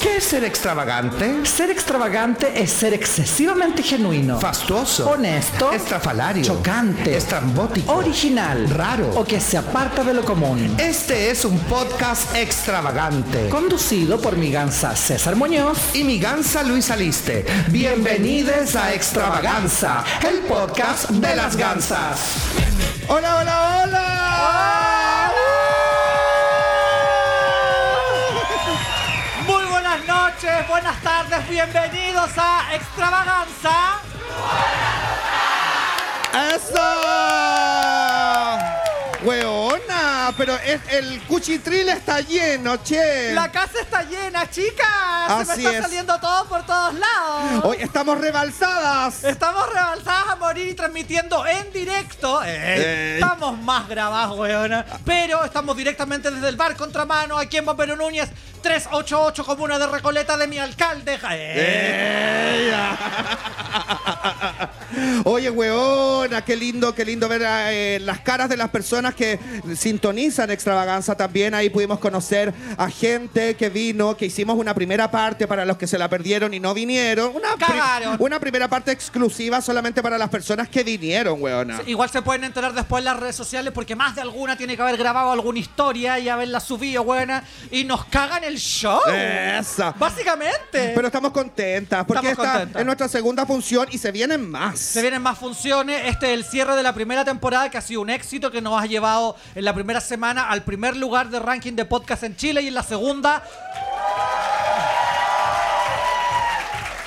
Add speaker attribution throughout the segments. Speaker 1: ¿Qué es ser extravagante?
Speaker 2: Ser extravagante es ser excesivamente genuino,
Speaker 1: Fastuoso.
Speaker 2: honesto,
Speaker 1: Estrafalario.
Speaker 2: chocante,
Speaker 1: Estrambótico.
Speaker 2: original,
Speaker 1: Raro.
Speaker 2: o que se aparta de lo común.
Speaker 1: Este es un podcast extravagante.
Speaker 2: Conducido por mi gansa César Muñoz.
Speaker 1: y mi gansa Luis Aliste. Bienvenidos a Extravaganza, el podcast de las gansas. Hola, hola, hola.
Speaker 3: Muy buenas noches, buenas tardes, bienvenidos a Extravaganza.
Speaker 4: ¡Eso! ¡Hueona! Pero es, el cuchitril está lleno, che.
Speaker 3: La casa está llena, chicas. Se
Speaker 4: Así
Speaker 3: me está
Speaker 4: es. Oh.
Speaker 3: saliendo todo por todos lados.
Speaker 4: Hoy estamos rebalsadas.
Speaker 3: Estamos rebalsadas a morir transmitiendo en directo. Eh,
Speaker 4: Eh.
Speaker 3: Estamos más grabados, weona.
Speaker 4: Ah.
Speaker 3: Pero estamos directamente desde el bar Contramano, aquí en Bombero Núñez, 388, comuna de Recoleta de mi alcalde. Eh.
Speaker 4: ¡Ella! Oye, hueona, qué lindo, qué lindo ver eh, las caras de las personas que sintonizan Extravaganza también. Ahí pudimos conocer a gente que vino, que hicimos una primera parte para los que se la perdieron y no vinieron. Una, pri-
Speaker 3: Cagaron.
Speaker 4: una primera parte exclusiva solamente para las personas que vinieron, hueona.
Speaker 3: Igual se pueden enterar después en las redes sociales porque más de alguna tiene que haber grabado alguna historia y haberla subido, buena. Y nos cagan el show.
Speaker 4: Esa.
Speaker 3: Básicamente.
Speaker 4: Pero estamos contentas porque
Speaker 3: Estamos
Speaker 4: esta
Speaker 3: contentas.
Speaker 4: es nuestra segunda función y se vienen más.
Speaker 3: se vienen más funciones. Este es el cierre de la primera temporada que ha sido un éxito que nos ha llevado en la primera semana al primer lugar de ranking de podcast en Chile y en la segunda.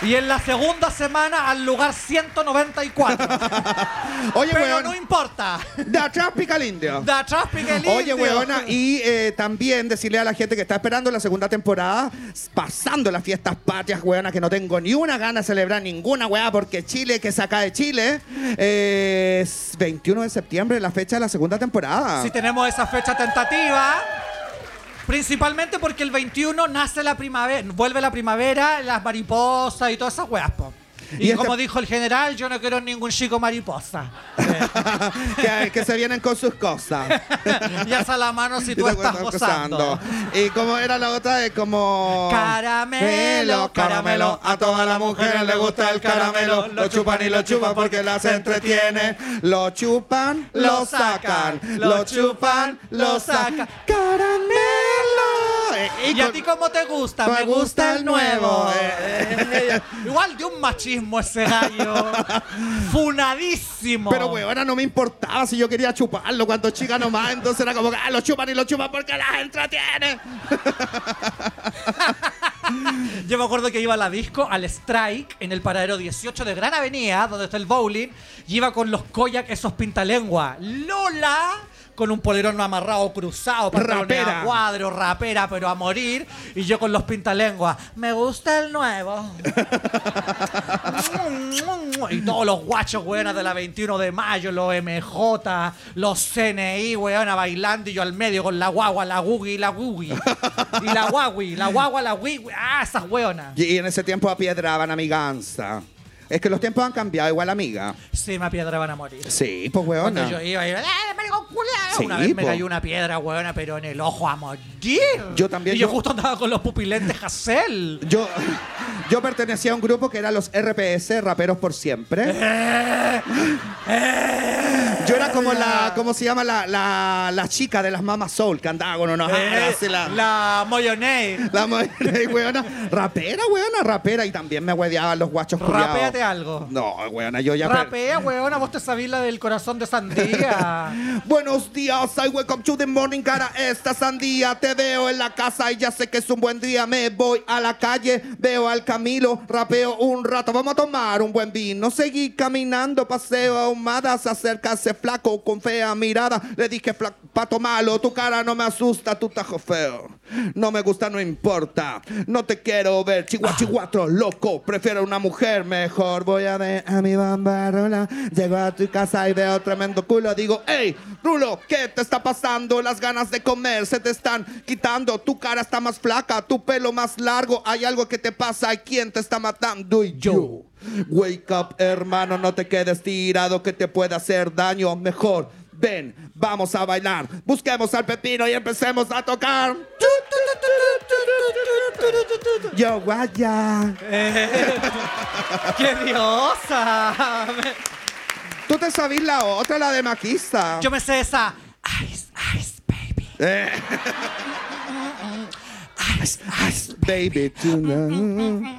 Speaker 3: Y en la segunda semana al lugar 194.
Speaker 4: Oye,
Speaker 3: Pero no
Speaker 4: weón.
Speaker 3: importa.
Speaker 4: De atrás pica el indio.
Speaker 3: Da atrás, pica el
Speaker 4: Oye,
Speaker 3: indio.
Speaker 4: weona, y eh, también decirle a la gente que está esperando la segunda temporada, s- pasando las fiestas patrias, weona, que no tengo ni una gana de celebrar ninguna weá, porque Chile, que saca de Chile, eh, es 21 de septiembre, la fecha de la segunda temporada.
Speaker 3: Si tenemos esa fecha tentativa. Principalmente porque el 21 nace la primavera, vuelve la primavera, las mariposas y todas esas weas, po. Y,
Speaker 4: Y este-
Speaker 3: como dijo el general, yo no quiero ningún chico mariposa.
Speaker 4: que, que se vienen con sus cosas.
Speaker 3: ya está la mano si
Speaker 4: Y
Speaker 3: tú
Speaker 4: te
Speaker 3: estás
Speaker 4: cuentan
Speaker 3: gozando.
Speaker 4: gozando. Y como era la otra de como.
Speaker 3: Caramelo, caramelo,
Speaker 4: A todas las mujeres les gusta el caramelo. Lo chupan y lo chupan porque las entretiene. Lo chupan, lo sacan. Lo chupan, lo sacan. ¡Caramelo! Eh,
Speaker 3: ¿Y, a
Speaker 4: con-
Speaker 3: ti cómo te gusta?
Speaker 4: Me
Speaker 3: Me gusta
Speaker 4: gusta
Speaker 3: el nuevo.
Speaker 4: eh.
Speaker 3: Igual de un machismo ese gallo. Funadísimo.
Speaker 4: Pero, ahora no me importaba si yo quería chuparlo cuando chica nomás. Entonces era como, ah, lo chupan y lo chupan porque las entretiene.
Speaker 3: Yo me acuerdo que iba a la disco, al Strike, en el paradero 18 de Gran Avenida, donde está el bowling, y iba con los koyak, esos pintalengua. Lola, con un polerón amarrado, cruzado, pantalones
Speaker 4: Rapera.
Speaker 3: a cuadro, rapera, pero a morir, y yo con los pintalengua. Me gusta el nuevo. y todos los guachos, weonas, de la 21 de mayo, los MJ, los CNI, weona, bailando, y yo al medio con la guagua, la gugi, la gugi. Y la guagui, la guagua, la gui, we- ah, esas weonas.
Speaker 4: Y, y en ese tiempo apiedraban a mi gansa. Es que los tiempos han cambiado, igual amiga.
Speaker 3: Sí, me apiedraban a morir.
Speaker 4: Sí, pues
Speaker 3: Cuando
Speaker 4: weona.
Speaker 3: yo iba y ¡Ah, maricón culiao!
Speaker 4: Sí,
Speaker 3: Una vez me
Speaker 4: po.
Speaker 3: cayó una piedra, weona, pero en el ojo a morir.
Speaker 4: Yo también,
Speaker 3: Y yo,
Speaker 4: yo-
Speaker 3: justo andaba con los pupilentes Hassel.
Speaker 4: Yo, yo pertenecía a un grupo que era los RPS, Raperos por Siempre.
Speaker 3: Eh,
Speaker 4: Yo era como la, ¿cómo se llama? La, la, la chica de las Mamas Soul, que andaba con unos alas y la... la
Speaker 3: Eh, La mayonnaise.
Speaker 4: mujer, y weona, rapera, weona, rapera. Y también me hueveaban los guachos culiados.
Speaker 3: Rapéate algo.
Speaker 4: No, weona, yo ya... per-
Speaker 3: Rapea, weona, vos te sabís la del corazón de sandía.
Speaker 4: Buenos días, I wake up to the morning, cara esta sandía. Te veo en la casa y ya sé que es un buen día. Me voy a la calle, veo al Camilo, rapeo un rato. Vamos a tomar un buen vino. Seguí caminando, paseo ahumada. Se acerca ese flaco con fea mirada. Le dije, pa' tomarlo, tu cara no me asusta, tu tajo feo. No me gusta, no importa. No te quiero ver, chihuahua, chihuahua, loco. Prefiero una mujer mejor. Voy a ver a mi bambarola. Llego a tu casa y veo tremendo culo. Digo, hey, Rulo, ¿qué te está pasando? Las ganas de comer se te están quitando. Tu cara está más flaca, tu pelo más largo. Hay algo que te pasa. ¿Y quién te está matando? Y yo. Wake up, hermano, no te quedes tirado que te puede hacer daño. Mejor, ven, vamos a bailar. Busquemos al pepino y empecemos a tocar. Yo, guaya.
Speaker 3: ¡Qué diosa!
Speaker 4: Tú te sabes la otra, la de Maquisa.
Speaker 3: Yo me sé esa. Ice, ice, baby.
Speaker 4: Eh,
Speaker 3: Ice, ice.
Speaker 4: baby, tonight.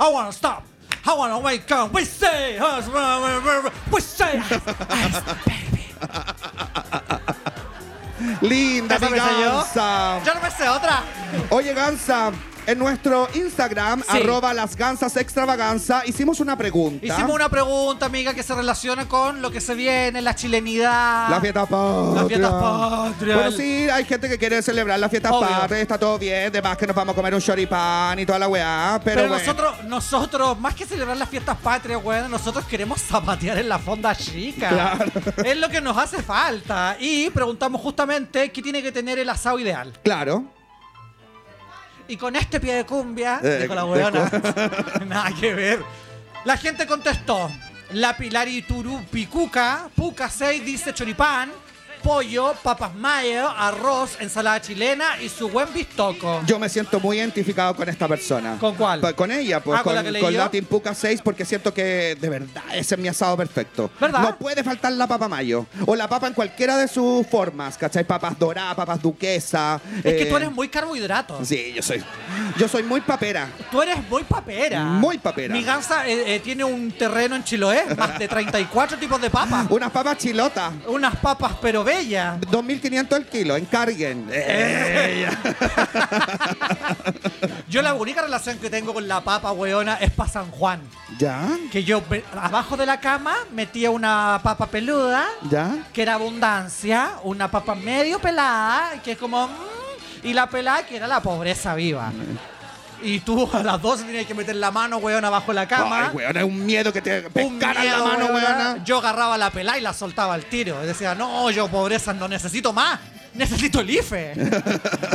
Speaker 3: I wanna stop. I wanna wake up. We say, us, rah, rah, rah, rah. we say, ice, ice, baby.
Speaker 4: Linda,
Speaker 3: ¿Esa
Speaker 4: mi
Speaker 3: me sé yo?
Speaker 4: Gansa.
Speaker 3: Yo no me sé otra.
Speaker 4: Oye, Gansa, en nuestro Instagram,
Speaker 3: Sí.
Speaker 4: arroba las Gansas Extravaganza, hicimos una pregunta.
Speaker 3: Hicimos una pregunta, amiga, que se relaciona con lo que se viene, la chilenidad.
Speaker 4: La fiesta patria.
Speaker 3: La fiesta patria.
Speaker 4: Bueno, sí, hay gente que quiere celebrar la fiesta
Speaker 3: Obvio.
Speaker 4: patria, está todo bien, además que nos vamos a comer un choripán y toda la weá, pero,
Speaker 3: Pero,
Speaker 4: bueno.
Speaker 3: nosotros, nosotros, más que celebrar las fiestas patrias, weón, nosotros queremos zapatear en la fonda chica.
Speaker 4: Claro.
Speaker 3: Es lo que nos hace falta. Y preguntamos justamente qué tiene que tener el asado ideal.
Speaker 4: Claro.
Speaker 3: Y con este pie de cumbia,
Speaker 4: Eh,
Speaker 3: dijo la
Speaker 4: de
Speaker 3: weona. Nada que ver. La gente contestó. La Pilari Picuca, Puca 6 dice choripán, pollo, papas mayo, arroz, ensalada chilena y su buen bistoco.
Speaker 4: Yo me siento muy identificado con esta persona.
Speaker 3: ¿Con cuál?
Speaker 4: Pa- Con ella, pues
Speaker 3: Ah,
Speaker 4: con,
Speaker 3: ¿con la que leí
Speaker 4: con
Speaker 3: yo?
Speaker 4: Latin Puca 6, porque siento que de verdad ese es mi asado perfecto.
Speaker 3: ¿Verdad?
Speaker 4: No puede faltar la papa mayo. O la papa en cualquiera de sus formas, ¿cachai? Papas doradas, papas duquesa.
Speaker 3: Es que
Speaker 4: eh,
Speaker 3: tú eres muy carbohidrato.
Speaker 4: Sí, yo soy. Yo soy muy papera.
Speaker 3: Tú eres muy papera.
Speaker 4: Muy papera.
Speaker 3: Mi gansa eh, eh, tiene un terreno en Chiloé, más de 34 tipos de papas.
Speaker 4: Unas papas chilotas.
Speaker 3: Unas papas pero bellas.
Speaker 4: 2.500 el kilo, encarguen. Eh,
Speaker 3: Yo la única relación que tengo con la papa, weona, es para San Juan.
Speaker 4: ¿Ya?
Speaker 3: Que yo pe- abajo de la cama metía una papa peluda,
Speaker 4: ¿Ya?
Speaker 3: que era abundancia, una papa medio pelada, que es como... mm, y la pelada que era la pobreza viva.
Speaker 4: Mm.
Speaker 3: Y tú a las 12 tenías que meter la mano, weona, abajo de la cama.
Speaker 4: Ay, weona, es un miedo que te
Speaker 3: Un
Speaker 4: pescaran la
Speaker 3: miedo,
Speaker 4: mano, ¿ah?
Speaker 3: weona.
Speaker 4: weona.
Speaker 3: Yo agarraba la pelá y la soltaba al tiro. Y decía, no, yo pobreza no necesito más. Necesito el IFE.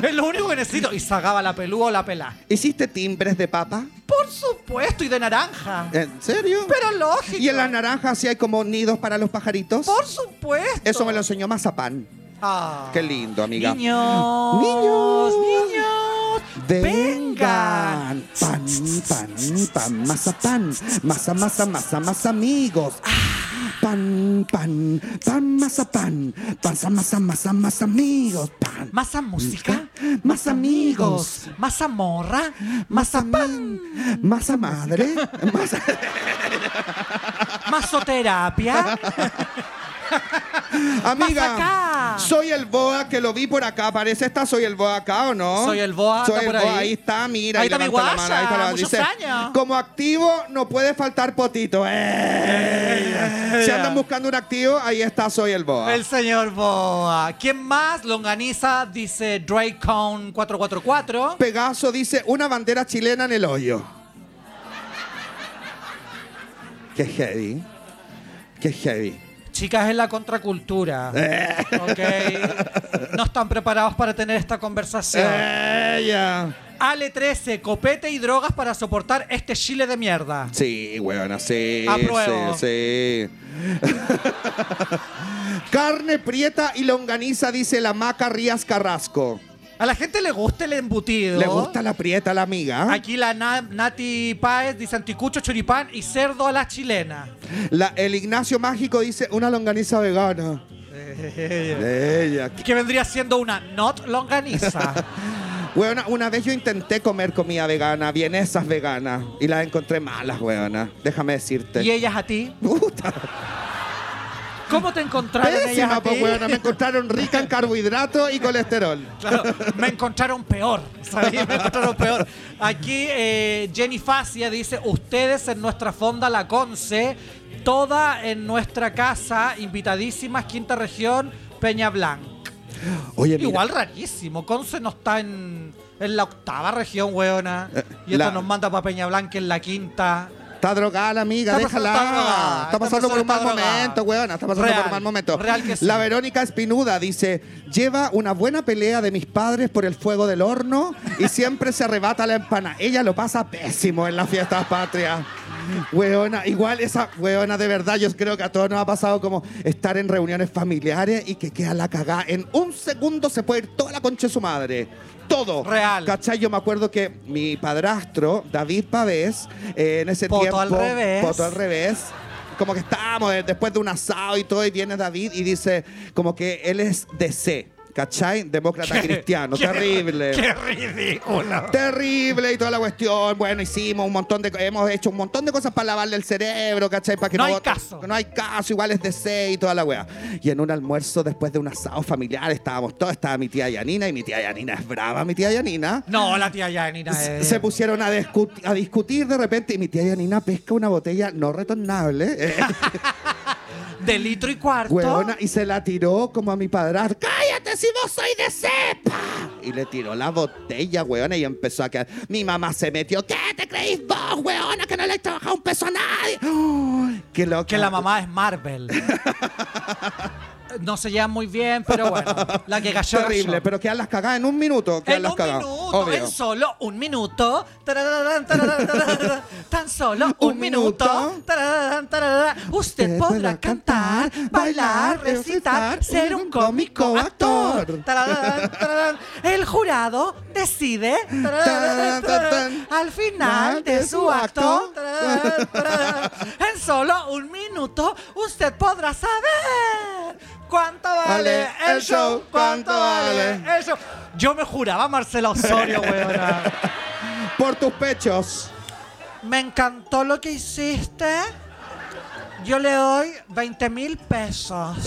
Speaker 3: es lo único que necesito. Y sacaba la pelúa o la pelá.
Speaker 4: ¿Hiciste timbres de papa?
Speaker 3: Por supuesto, y de naranja.
Speaker 4: ¿En serio?
Speaker 3: Pero lógico.
Speaker 4: y en las naranjas sí hay como nidos para los pajaritos.
Speaker 3: Por supuesto.
Speaker 4: Eso me lo enseñó Mazapán.
Speaker 3: Ah.
Speaker 4: Qué lindo, amiga.
Speaker 3: Niños.
Speaker 4: Niños.
Speaker 3: Niños. Vengan.
Speaker 4: Vengan. Pan, pan, pan, mazapán. Masa, masa, masa, más amigos.
Speaker 3: Ah.
Speaker 4: Pan, pan, pan, mazapán. Masa, masa, masa, más amigos. Pan.
Speaker 3: Masa música.
Speaker 4: Más amigos.
Speaker 3: Masa morra.
Speaker 4: Masa
Speaker 3: Masa pan.
Speaker 4: Masa madre. Masa,
Speaker 3: Masoterapia.
Speaker 4: amiga,
Speaker 3: acá.
Speaker 4: soy el boa que lo vi por acá. Parece esta soy el boa acá o no?
Speaker 3: Soy el boa,
Speaker 4: Soy
Speaker 3: anda
Speaker 4: el
Speaker 3: por
Speaker 4: boa.
Speaker 3: ahí.
Speaker 4: Ahí está, mira.
Speaker 3: Ahí está mi
Speaker 4: levanta la
Speaker 3: guasa,
Speaker 4: mano, ahí está la-
Speaker 3: muchos
Speaker 4: dice,
Speaker 3: años.
Speaker 4: Como activo no puede faltar potito. ¡Ey! Si andan buscando un activo, ahí está soy el boa.
Speaker 3: El señor Boa. ¿Quién más? Longaniza dice Draycon 444.
Speaker 4: Pegaso dice una bandera chilena en el hoyo. Qué heavy. Qué heavy.
Speaker 3: Chicas en la contracultura.
Speaker 4: Eh.
Speaker 3: Ok. No están preparados para tener esta conversación.
Speaker 4: Eh. Ella.
Speaker 3: Ale 13, copete y drogas para soportar este chile de mierda.
Speaker 4: Sí, weón, sí.
Speaker 3: Apruebo.
Speaker 4: Sí, sí. Carne prieta y longaniza, dice la maca Rías Carrasco.
Speaker 3: A la gente le gusta el embutido.
Speaker 4: Le gusta la prieta, la amiga.
Speaker 3: Aquí la Na- Nati Páez dice anticucho, choripán y cerdo a la chilena.
Speaker 4: La- el Ignacio Mágico dice una longaniza vegana. De ella.
Speaker 3: Que vendría siendo una not longaniza.
Speaker 4: Weona, una vez yo intenté comer comida vegana, vienesas veganas, y las encontré malas, weona. Déjame decirte.
Speaker 3: ¿Y ellas a ti?
Speaker 4: Puta,
Speaker 3: ¿Cómo te encontraron ellas
Speaker 4: pésima,
Speaker 3: a
Speaker 4: pues,
Speaker 3: ti?
Speaker 4: weona. Me encontraron rica en carbohidratos y colesterol.
Speaker 3: Claro, me encontraron peor. ¿sabes? Me encontraron peor. Aquí eh, Jenny Facia dice: Ustedes en nuestra fonda La Conce, toda en nuestra casa, invitadísimas, quinta región, Peña Blanca.
Speaker 4: Oye, mira.
Speaker 3: Igual rarísimo. Conce no está en, en la octava región, weona.
Speaker 4: Eh,
Speaker 3: Y esto
Speaker 4: la-
Speaker 3: nos manda para Peña Blanca en la quinta.
Speaker 4: Está drogada la amiga,
Speaker 3: Está
Speaker 4: déjala.
Speaker 3: pasando- está drogada.
Speaker 4: Está
Speaker 3: Esta
Speaker 4: pasando por un
Speaker 3: persona
Speaker 4: mal
Speaker 3: está drogada.
Speaker 4: momento, weona. Está pasando por
Speaker 3: Real,
Speaker 4: un mal momento.
Speaker 3: real que sí.
Speaker 4: La Verónica Espinuda dice: Lleva una buena pelea de mis padres por el fuego del horno y siempre se arrebata la empana. Ella lo pasa pésimo en las fiestas patrias. Weona, igual esa weona de verdad, yo creo que a todos nos ha pasado como estar en reuniones familiares y que queda la cagada. En un segundo se puede ir toda la concha de su madre. Todo.
Speaker 3: Real.
Speaker 4: ¿Cachai? Yo me acuerdo que mi padrastro, David Pavés, eh, en ese
Speaker 3: Poto
Speaker 4: tiempo.
Speaker 3: al revés.
Speaker 4: Poto al revés. Como que estábamos eh, después de un asado y todo, y viene David y dice como que él es DC, ¿cachai? Demócrata cristiano, terrible.
Speaker 3: Qué ridículo.
Speaker 4: Terrible y toda la cuestión. Bueno, hicimos un montón de hemos hecho un montón de cosas para lavarle el cerebro, ¿cachai? Para que
Speaker 3: No hay
Speaker 4: vote-
Speaker 3: caso.
Speaker 4: No hay caso, igual es DC y toda la weá. Y en un almuerzo después de un asado familiar estábamos todos, estaba mi tía Yanina y mi tía Yanina es brava, mi tía Yanina.
Speaker 3: No, la tía Yanina
Speaker 4: Se
Speaker 3: es-
Speaker 4: se pusieron a, discu- a discutir de repente y mi tía Yanina pesca una botella no retornable. eh,
Speaker 3: de litro y cuarto.
Speaker 4: Huevona, y se la tiró como a mi padrastro. ¡Cállate si vos soy de cepa! Y le tiró la botella, huevona, y empezó a quedar. Mi mamá se metió. ¿Qué te creís vos, huevona, que no le he trabajado un peso a nadie? ¡Ay, ¡Qué loca!
Speaker 3: Que la mamá es Marvel. no se llevan muy bien, pero bueno. La que cayó.
Speaker 4: Terrible,
Speaker 3: cayó.
Speaker 4: pero quedan las cagadas en un minuto. Quedan
Speaker 3: En
Speaker 4: las
Speaker 3: un
Speaker 4: cagadas.
Speaker 3: minuto,
Speaker 4: obvio.
Speaker 3: en solo un minuto. Tarararán, tarararán, tarararán. tan solo un,
Speaker 4: Un
Speaker 3: minuto.
Speaker 4: minuto.
Speaker 3: tarararán, tarararán. Usted
Speaker 4: Usted
Speaker 3: podrá
Speaker 4: podrá
Speaker 3: cantar,
Speaker 4: cantar,
Speaker 3: bailar,
Speaker 4: bailar,
Speaker 3: recitar,
Speaker 4: recitar,
Speaker 3: ser un cómico actor. Tarararán, tarararán. El jurado decide tarararán, tarararán, al final de su acto. tarararán, tarararán. En solo un minuto, usted podrá saber cuánto vale el show, cuánto vale el show. Yo me juraba Marcela Osorio, weona.
Speaker 4: Por tus pechos.
Speaker 3: Me encantó lo que hiciste. Yo le doy 20 mil pesos.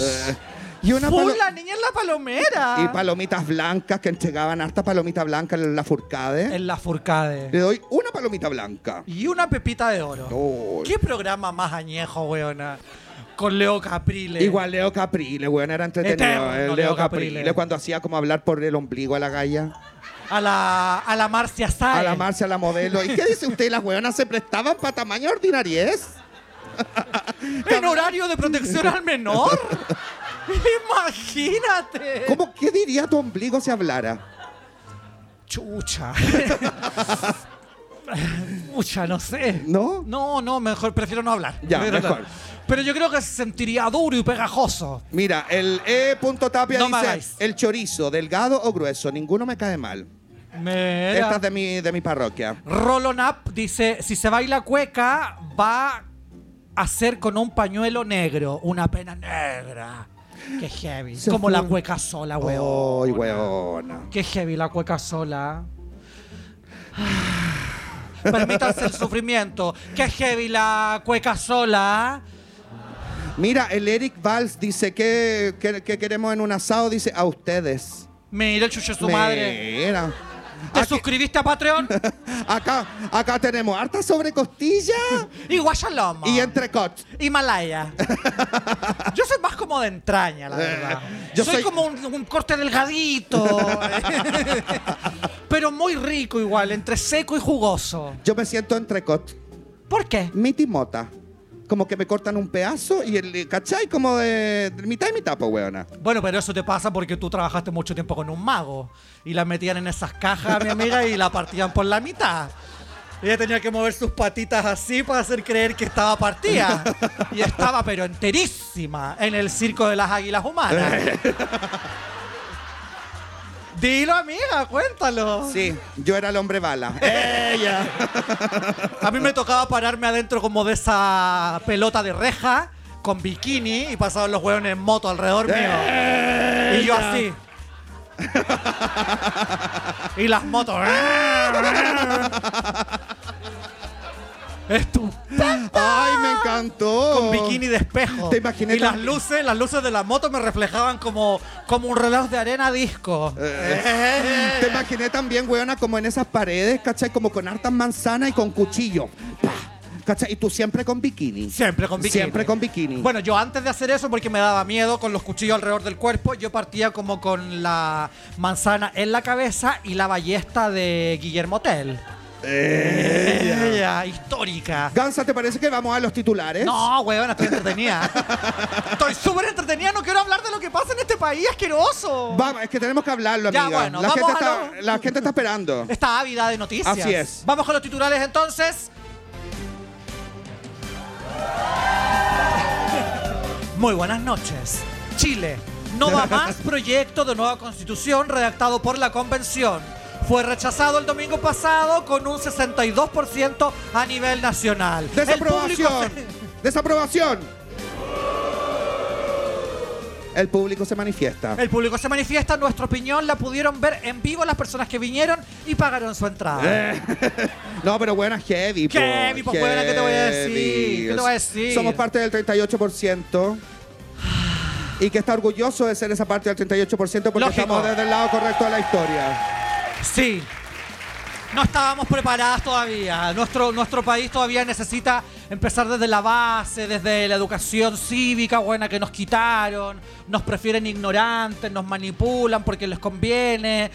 Speaker 4: Y una
Speaker 3: Full,
Speaker 4: palo-
Speaker 3: la niña en la palomera.
Speaker 4: Y palomitas blancas que entregaban harta palomita blanca en la furcade.
Speaker 3: en la furcade.
Speaker 4: Le doy una palomita blanca.
Speaker 3: Y una pepita de oro.
Speaker 4: Oh.
Speaker 3: ¿Qué programa más añejo, weona? Con Leo Caprile.
Speaker 4: Igual Leo Caprile, weón, era entretenido. eh,
Speaker 3: Eterno Este Leo
Speaker 4: Leo,
Speaker 3: Caprile.
Speaker 4: Caprile. cuando hacía como hablar por el ombligo a la galla,
Speaker 3: A la, a la Marcia Sáenz.
Speaker 4: a la Marcia, a la modelo. ¿Y qué dice usted? Las weonas se prestaban para tamaño ordinariez.
Speaker 3: En horario de protección al menor. Imagínate.
Speaker 4: ¿Cómo, ¿Qué diría tu ombligo si hablara?
Speaker 3: Chucha. Chucha, no sé.
Speaker 4: ¿No?
Speaker 3: No, no, mejor prefiero no hablar.
Speaker 4: Ya,
Speaker 3: Prefiero no
Speaker 4: mejor.
Speaker 3: hablar. Pero yo creo que se sentiría duro y pegajoso.
Speaker 4: Mira, el E. Tapia
Speaker 3: No me hagáis.
Speaker 4: dice: el chorizo, delgado o grueso, ninguno me cae mal.
Speaker 3: Mira.
Speaker 4: Esta es de mi, de mi parroquia.
Speaker 3: Rolo Nap dice, si se baila cueca, va a hacer con un pañuelo negro, una pena negra. Qué heavy.
Speaker 4: Se
Speaker 3: Como
Speaker 4: fue. Oh.
Speaker 3: la cueca sola,
Speaker 4: ¡Ay,
Speaker 3: weón.
Speaker 4: weona!
Speaker 3: Qué heavy la cueca sola. Permítanse el sufrimiento. Qué heavy la cueca sola.
Speaker 4: Mira, el Eric Valls dice: ¿Qué, qué, qué queremos en un asado? Dice: A ustedes.
Speaker 3: Mira el chucho de su madre.
Speaker 4: Mira.
Speaker 3: ¿Te
Speaker 4: Aquí-
Speaker 3: suscribiste a Patreon?
Speaker 4: Acá, acá tenemos harta sobrecostilla
Speaker 3: y Guayaloma.
Speaker 4: y entrecot.
Speaker 3: Himalaya. Yo soy más como de entraña, la verdad.
Speaker 4: Yo
Speaker 3: soy,
Speaker 4: soy-
Speaker 3: como un, un corte delgadito. eh. pero muy rico igual, entre seco y jugoso.
Speaker 4: Yo me siento entrecot.
Speaker 3: ¿Por qué?
Speaker 4: Miti mota. Como que me cortan un pedazo y el, ¿cachai? Como de, de mitad y mitad, pues, weona.
Speaker 3: Bueno, pero eso te pasa porque tú trabajaste mucho tiempo con un mago. Y la metían en esas cajas a mi amiga y la partían por la mitad. Ella tenía que mover sus patitas así para hacer creer que estaba partida. Y estaba pero enterísima en el circo de las águilas humanas. Dilo, amiga, cuéntalo.
Speaker 4: Sí, yo era el hombre bala. Ella.
Speaker 3: A mí me tocaba pararme adentro como de esa pelota de reja con bikini y pasaban los hueones en moto alrededor mío. Y yo así. y las motos. Esto.
Speaker 4: Ay, me encantó.
Speaker 3: ¡Ah! Con bikini de espejo.
Speaker 4: Te imaginé
Speaker 3: y las
Speaker 4: tan-
Speaker 3: luces, las luces de la moto me reflejaban como, como un reloj de arena disco.
Speaker 4: Eh, Te imaginé también, weona, como en esas paredes, ¿cachai? Como con hartas manzanas y con cuchillo. Pa, ¿Cachai? Y tú siempre con bikini.
Speaker 3: Siempre con bikini.
Speaker 4: Siempre con bikini.
Speaker 3: Bueno, yo antes de hacer eso, porque me daba miedo con los cuchillos alrededor del cuerpo, yo partía como con la manzana en la cabeza y la ballesta de Guillermo Tell. Ella, histórica.
Speaker 4: Gansa, ¿te parece que vamos a los titulares?
Speaker 3: No, weón, estoy entretenida. estoy súper entretenida, no quiero hablar de lo que pasa en este país, asqueroso.
Speaker 4: Vamos, es que tenemos que hablarlo,
Speaker 3: Ya,
Speaker 4: amiga.
Speaker 3: bueno,
Speaker 4: la,
Speaker 3: vamos
Speaker 4: gente
Speaker 3: a
Speaker 4: está,
Speaker 3: lo-
Speaker 4: la gente está esperando.
Speaker 3: Está ávida de noticias.
Speaker 4: Así es.
Speaker 3: Vamos con los titulares entonces. Muy buenas noches. Chile, no va más proyecto de nueva constitución redactado por la convención. Fue rechazado el domingo pasado con un 62% a nivel nacional. El
Speaker 4: Desaprobación.
Speaker 3: público
Speaker 4: Desaprobación. El público se manifiesta.
Speaker 3: se- El público se manifiesta, nuestra opinión la pudieron ver en vivo las personas que vinieron y pagaron su
Speaker 4: ¡Eh!
Speaker 3: entrada.
Speaker 4: No, pero buena, heavy. po,
Speaker 3: Heavy, po, buena, ¿qué te voy a decir?
Speaker 4: heavy.
Speaker 3: ¿Qué te voy a decir?
Speaker 4: Somos parte del 38%. Y que está orgulloso de ser esa parte del 38% porque
Speaker 3: Lógico.
Speaker 4: estamos desde el lado correcto de la historia.
Speaker 3: Sí. No estábamos preparadas todavía. Nuestro, nuestro país todavía necesita empezar desde la base, desde la educación cívica buena que nos quitaron. Nos prefieren ignorantes, nos manipulan porque les conviene.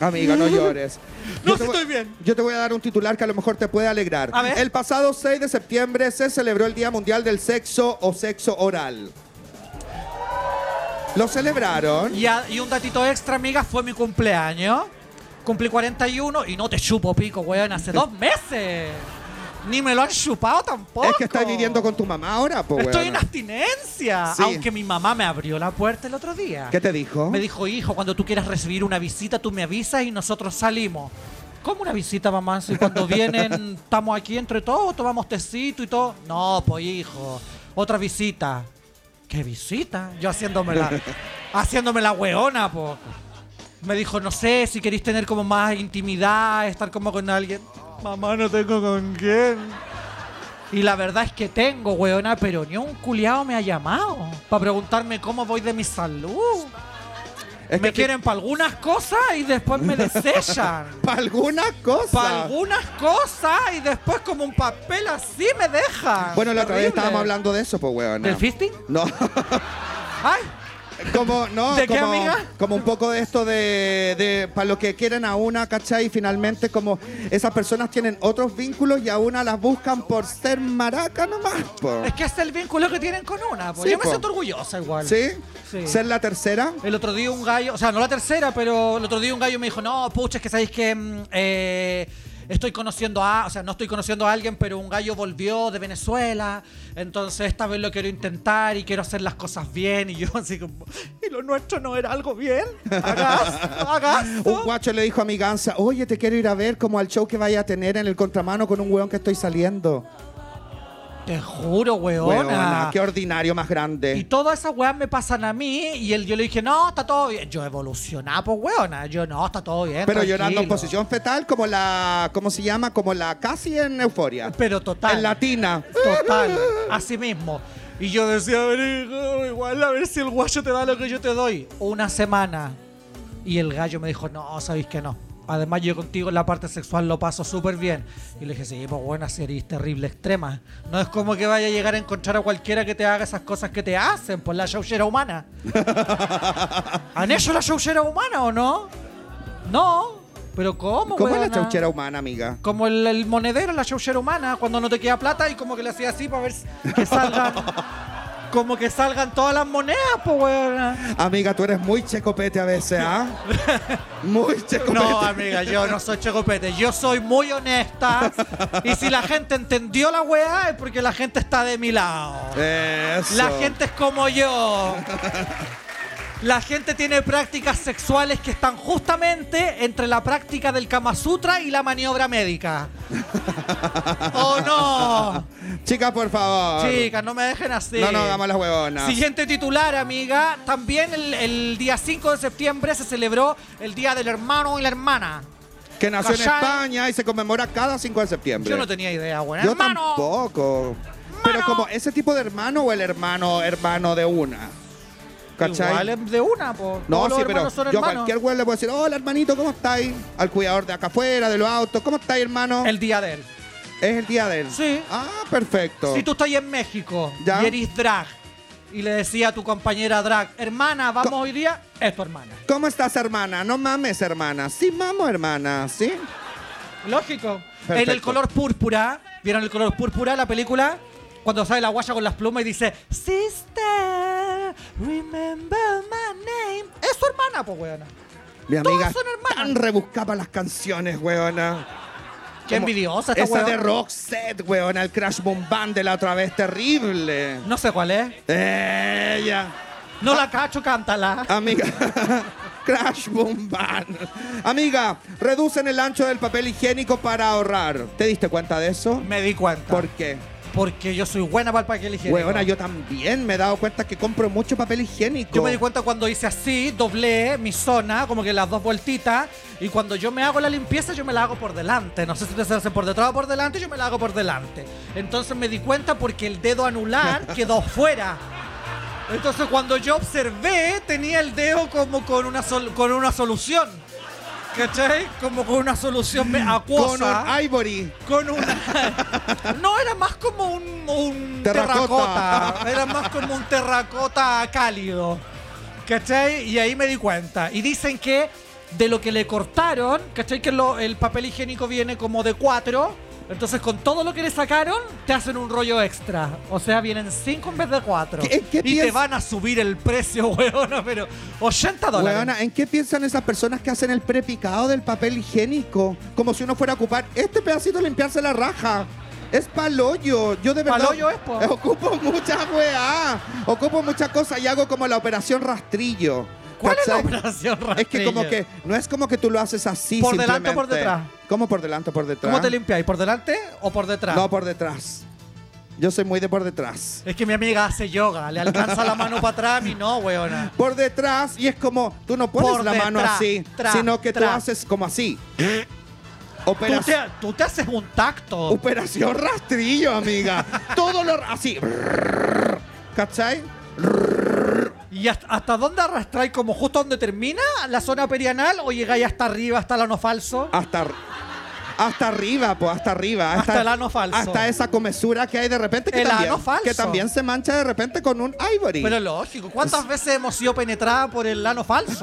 Speaker 4: Amiga, no llores.
Speaker 3: No,
Speaker 4: te
Speaker 3: sí
Speaker 4: voy-
Speaker 3: estoy bien.
Speaker 4: Yo te voy a dar un titular que a lo mejor te puede alegrar.
Speaker 3: A ver.
Speaker 4: El pasado 6 de septiembre se celebró el Día Mundial del Sexo o Sexo Oral. Lo celebraron.
Speaker 3: Y, a- y un datito extra, amiga, fue mi cumpleaños. Cumplí 41 y no te chupo pico, weón, hace dos meses. Ni me lo han chupado tampoco.
Speaker 4: Es que estás viviendo con tu mamá ahora, pues.
Speaker 3: Estoy en abstinencia.
Speaker 4: Sí.
Speaker 3: Aunque mi mamá me abrió la puerta el otro día.
Speaker 4: ¿Qué te dijo?
Speaker 3: Me dijo, hijo, cuando tú quieras recibir una visita, tú me avisas y nosotros salimos. ¿Cómo una visita, mamá? Si cuando vienen, estamos aquí entre todos, tomamos tecito y todo. No, pues hijo, otra visita. ¿Qué visita? Yo haciéndome la, haciéndome la weona, po. Me dijo, no sé, si queréis tener como más intimidad, estar como con alguien. Mamá, no tengo con quién. Y la verdad es que tengo, weona, pero ni un culiao me ha llamado para preguntarme cómo voy de mi salud.
Speaker 4: Es
Speaker 3: me
Speaker 4: que
Speaker 3: quieren para algunas cosas y después me desellan.
Speaker 4: Para algunas cosas.
Speaker 3: para algunas cosas y después como un papel así me dejan.
Speaker 4: Bueno, la otra vez
Speaker 3: Terrible.
Speaker 4: estábamos hablando de eso, pues, weón.
Speaker 3: ¿Del fisting?
Speaker 4: No,
Speaker 3: ¡Ay!
Speaker 4: como, no,
Speaker 3: ¿De qué,
Speaker 4: como,
Speaker 3: amiga?
Speaker 4: como un poco de esto de, de para los que quieren a una, ¿cachai? Y finalmente como esas personas tienen otros vínculos y a una las buscan por ser maraca nomás, po.
Speaker 3: Es que es el vínculo que tienen con una. po.
Speaker 4: Sí,
Speaker 3: Yo me
Speaker 4: po.
Speaker 3: siento orgullosa igual.
Speaker 4: ¿Sí?
Speaker 3: Sí.
Speaker 4: ¿Ser la tercera?
Speaker 3: El otro día un gallo, o sea, no la tercera, pero el otro día un gallo me dijo, no, pucha, es que sabéis que mm, eh, estoy conociendo a, o sea, no estoy conociendo a alguien, pero un gallo volvió de Venezuela, entonces esta vez lo quiero intentar y quiero hacer las cosas bien, y yo así como, y lo nuestro no era algo bien, hagas, hagas.
Speaker 4: Un guacho le dijo a mi gansa, oye, te quiero ir a ver como al show que vaya a tener en el contramano con un weón que estoy saliendo.
Speaker 3: Te juro,
Speaker 4: Weona,
Speaker 3: weona.
Speaker 4: qué ordinario más grande.
Speaker 3: Y todas esas weas me pasan a mí y él, yo le dije, no, está todo bien. Yo evolucionaba, pues, weona. Yo, no, está todo bien.
Speaker 4: Pero llorando en
Speaker 3: tranquilo".
Speaker 4: posición fetal, como la. ¿Cómo se llama? Como la casi en euforia.
Speaker 3: Pero total.
Speaker 4: En latina.
Speaker 3: Total, así mismo. Y yo decía, "A ver, hijo, igual a ver si el guayo te da lo que yo te doy. Una semana. Y el gallo me dijo, no, sabéis que no. Además, yo contigo en la parte sexual lo paso súper bien. Y le dije, sí, pues buena serie, terrible, extrema. No es como que vaya a llegar a encontrar a cualquiera que te haga esas cosas que te hacen, pues la showchera humana. ¿Han hecho la showchera humana o no? No. ¿Pero cómo,
Speaker 4: ¿Cómo es la
Speaker 3: weona?
Speaker 4: chauchera humana, amiga?
Speaker 3: Como el, el monedero, la chauchera humana, cuando no te queda plata y como que le hacía así para ver que salgan. como que salgan todas las monedas, pues, weón.
Speaker 4: Amiga, tú eres muy checopete a veces, ¿ah? muy checopete.
Speaker 3: No, amiga, yo no soy checopete. Yo soy muy honesta. Y si la gente entendió la weá, es porque la gente está de mi lado.
Speaker 4: Eso.
Speaker 3: La gente es como yo. La gente tiene prácticas sexuales que están justamente entre la práctica del Kama Sutra y la maniobra médica. ¡Oh, no!
Speaker 4: Chicas, por favor.
Speaker 3: Chicas, no me dejen así.
Speaker 4: Ah, No, no, hagamos las huevonas.
Speaker 3: Siguiente titular, amiga. También el, el día 5 de septiembre se celebró el Día del Hermano y la Hermana.
Speaker 4: que nació en
Speaker 3: Cachai.
Speaker 4: España y se conmemora cada 5 de septiembre.
Speaker 3: Yo no tenía idea, buena.
Speaker 4: Yo
Speaker 3: hermano.
Speaker 4: tampoco. Pero como ese tipo de hermano o el hermano, hermano de una. ¿Cachai?
Speaker 3: Igual es de una, po.
Speaker 4: No,
Speaker 3: Todos los
Speaker 4: sí, pero
Speaker 3: hermanos son
Speaker 4: yo a
Speaker 3: hermanos.
Speaker 4: cualquier güey le puedo decir, hola hermanito, ¿cómo estáis? Al cuidador de acá afuera, de los autos, ¿cómo estáis, hermano?
Speaker 3: El día de él.
Speaker 4: Es el día de él.
Speaker 3: Sí.
Speaker 4: Ah, perfecto.
Speaker 3: Si tú estás en México
Speaker 4: Ya.
Speaker 3: y eres drag y le decía a tu compañera drag, hermana, vamos hoy día, es tu hermana.
Speaker 4: ¿Cómo estás, hermana? No mames, hermana. Sí, mamo, hermana, ¿sí?
Speaker 3: Lógico. En el
Speaker 4: Perfecto.
Speaker 3: color púrpura, ¿vieron el color púrpura la película? Cuando sale la guaya con las plumas y dice, Sister, remember my name. Es su hermana, pues, weona.
Speaker 4: Mi
Speaker 3: Todas
Speaker 4: amiga
Speaker 3: son hermanas.
Speaker 4: tan rebuscada para las canciones, weona.
Speaker 3: Qué envidiosa esta
Speaker 4: Esa
Speaker 3: weón.
Speaker 4: de Roxette, weón, el Crash Boom Band de la otra vez, terrible.
Speaker 3: No sé cuál es.
Speaker 4: Ella.
Speaker 3: No
Speaker 4: Ah.
Speaker 3: la cacho, cántala.
Speaker 4: Amiga. Crash Boom Band. Amiga, reducen el ancho del papel higiénico para ahorrar. ¿Te diste cuenta de eso?
Speaker 3: Me di cuenta.
Speaker 4: ¿Por qué?
Speaker 3: Porque yo soy buena para el papel higiénico.
Speaker 4: Weona, yo también me he dado cuenta que compro mucho papel higiénico.
Speaker 3: Yo me di cuenta cuando hice así, doblé mi zona, como que las dos vueltitas, y cuando yo me hago la limpieza, yo me la hago por delante. No sé si ustedes hacen por detrás o por delante, yo me la hago por delante. Entonces me di cuenta porque el dedo anular quedó fuera. Entonces cuando yo observé, tenía el dedo como con una, sol- con una solución. ¿Cachai? Como con una solución me-
Speaker 4: Con
Speaker 3: acuosa.
Speaker 4: un Ivory.
Speaker 3: Con una. No, era más como un, un
Speaker 4: Terracota.
Speaker 3: terracota. Era más como un terracota cálido. ¿Cachai? Y ahí me di cuenta. Y dicen que de lo que le cortaron, ¿cachai? Que lo- el papel higiénico viene como de cuatro. Entonces, con todo lo que le sacaron, te hacen un rollo extra. O sea, vienen cinco en vez de cuatro.
Speaker 4: ¿Qué- qué
Speaker 3: y te
Speaker 4: piensas?
Speaker 3: van a subir el precio, weona, pero 80 dólares.
Speaker 4: Weona, ¿en qué piensan esas personas que hacen el prepicado del papel higiénico? Como si uno fuera a ocupar este pedacito limpiarse la raja. Es palollo. Yo de verdad.
Speaker 3: Palollo es, po.
Speaker 4: eh, Ocupo muchas weá. Ocupo muchas cosas y hago como la operación rastrillo.
Speaker 3: ¿Cuál es
Speaker 4: ¿Cachai?
Speaker 3: la operación,
Speaker 4: Es que como
Speaker 3: Rastrillo?
Speaker 4: que no es como que tú lo haces así.
Speaker 3: ¿Por delante o por
Speaker 4: simplemente.
Speaker 3: detrás?
Speaker 4: ¿Cómo por delante o por detrás?
Speaker 3: ¿Cómo te limpiáis? ¿Por delante o por detrás?
Speaker 4: No, por detrás. Yo soy muy de por detrás.
Speaker 3: Es que mi amiga hace yoga, le alcanza la mano para atrás a mí no, weona.
Speaker 4: Por detrás y es como tú no pones
Speaker 3: Por
Speaker 4: la mano
Speaker 3: detrás,
Speaker 4: así,
Speaker 3: tra,
Speaker 4: sino que tú
Speaker 3: tra.
Speaker 4: haces como así.
Speaker 3: Tú
Speaker 4: Operación.
Speaker 3: te, tú te haces un tacto.
Speaker 4: Operación rastrillo, amiga. Todo lo así. ¿Cachai?
Speaker 3: ¿Y hasta, hasta dónde arrastráis? ¿Como justo donde termina la zona perianal o llegáis hasta arriba, hasta el ano falso?
Speaker 4: Hasta ar- hasta arriba, pues hasta arriba, hasta,
Speaker 3: Hasta el ano falso.
Speaker 4: hasta esa comesura que hay de repente que
Speaker 3: El
Speaker 4: también,
Speaker 3: ano falso.
Speaker 4: que también se mancha de repente con un ivory.
Speaker 3: Pero lógico, ¿cuántas veces hemos sido penetradas por el ano falso?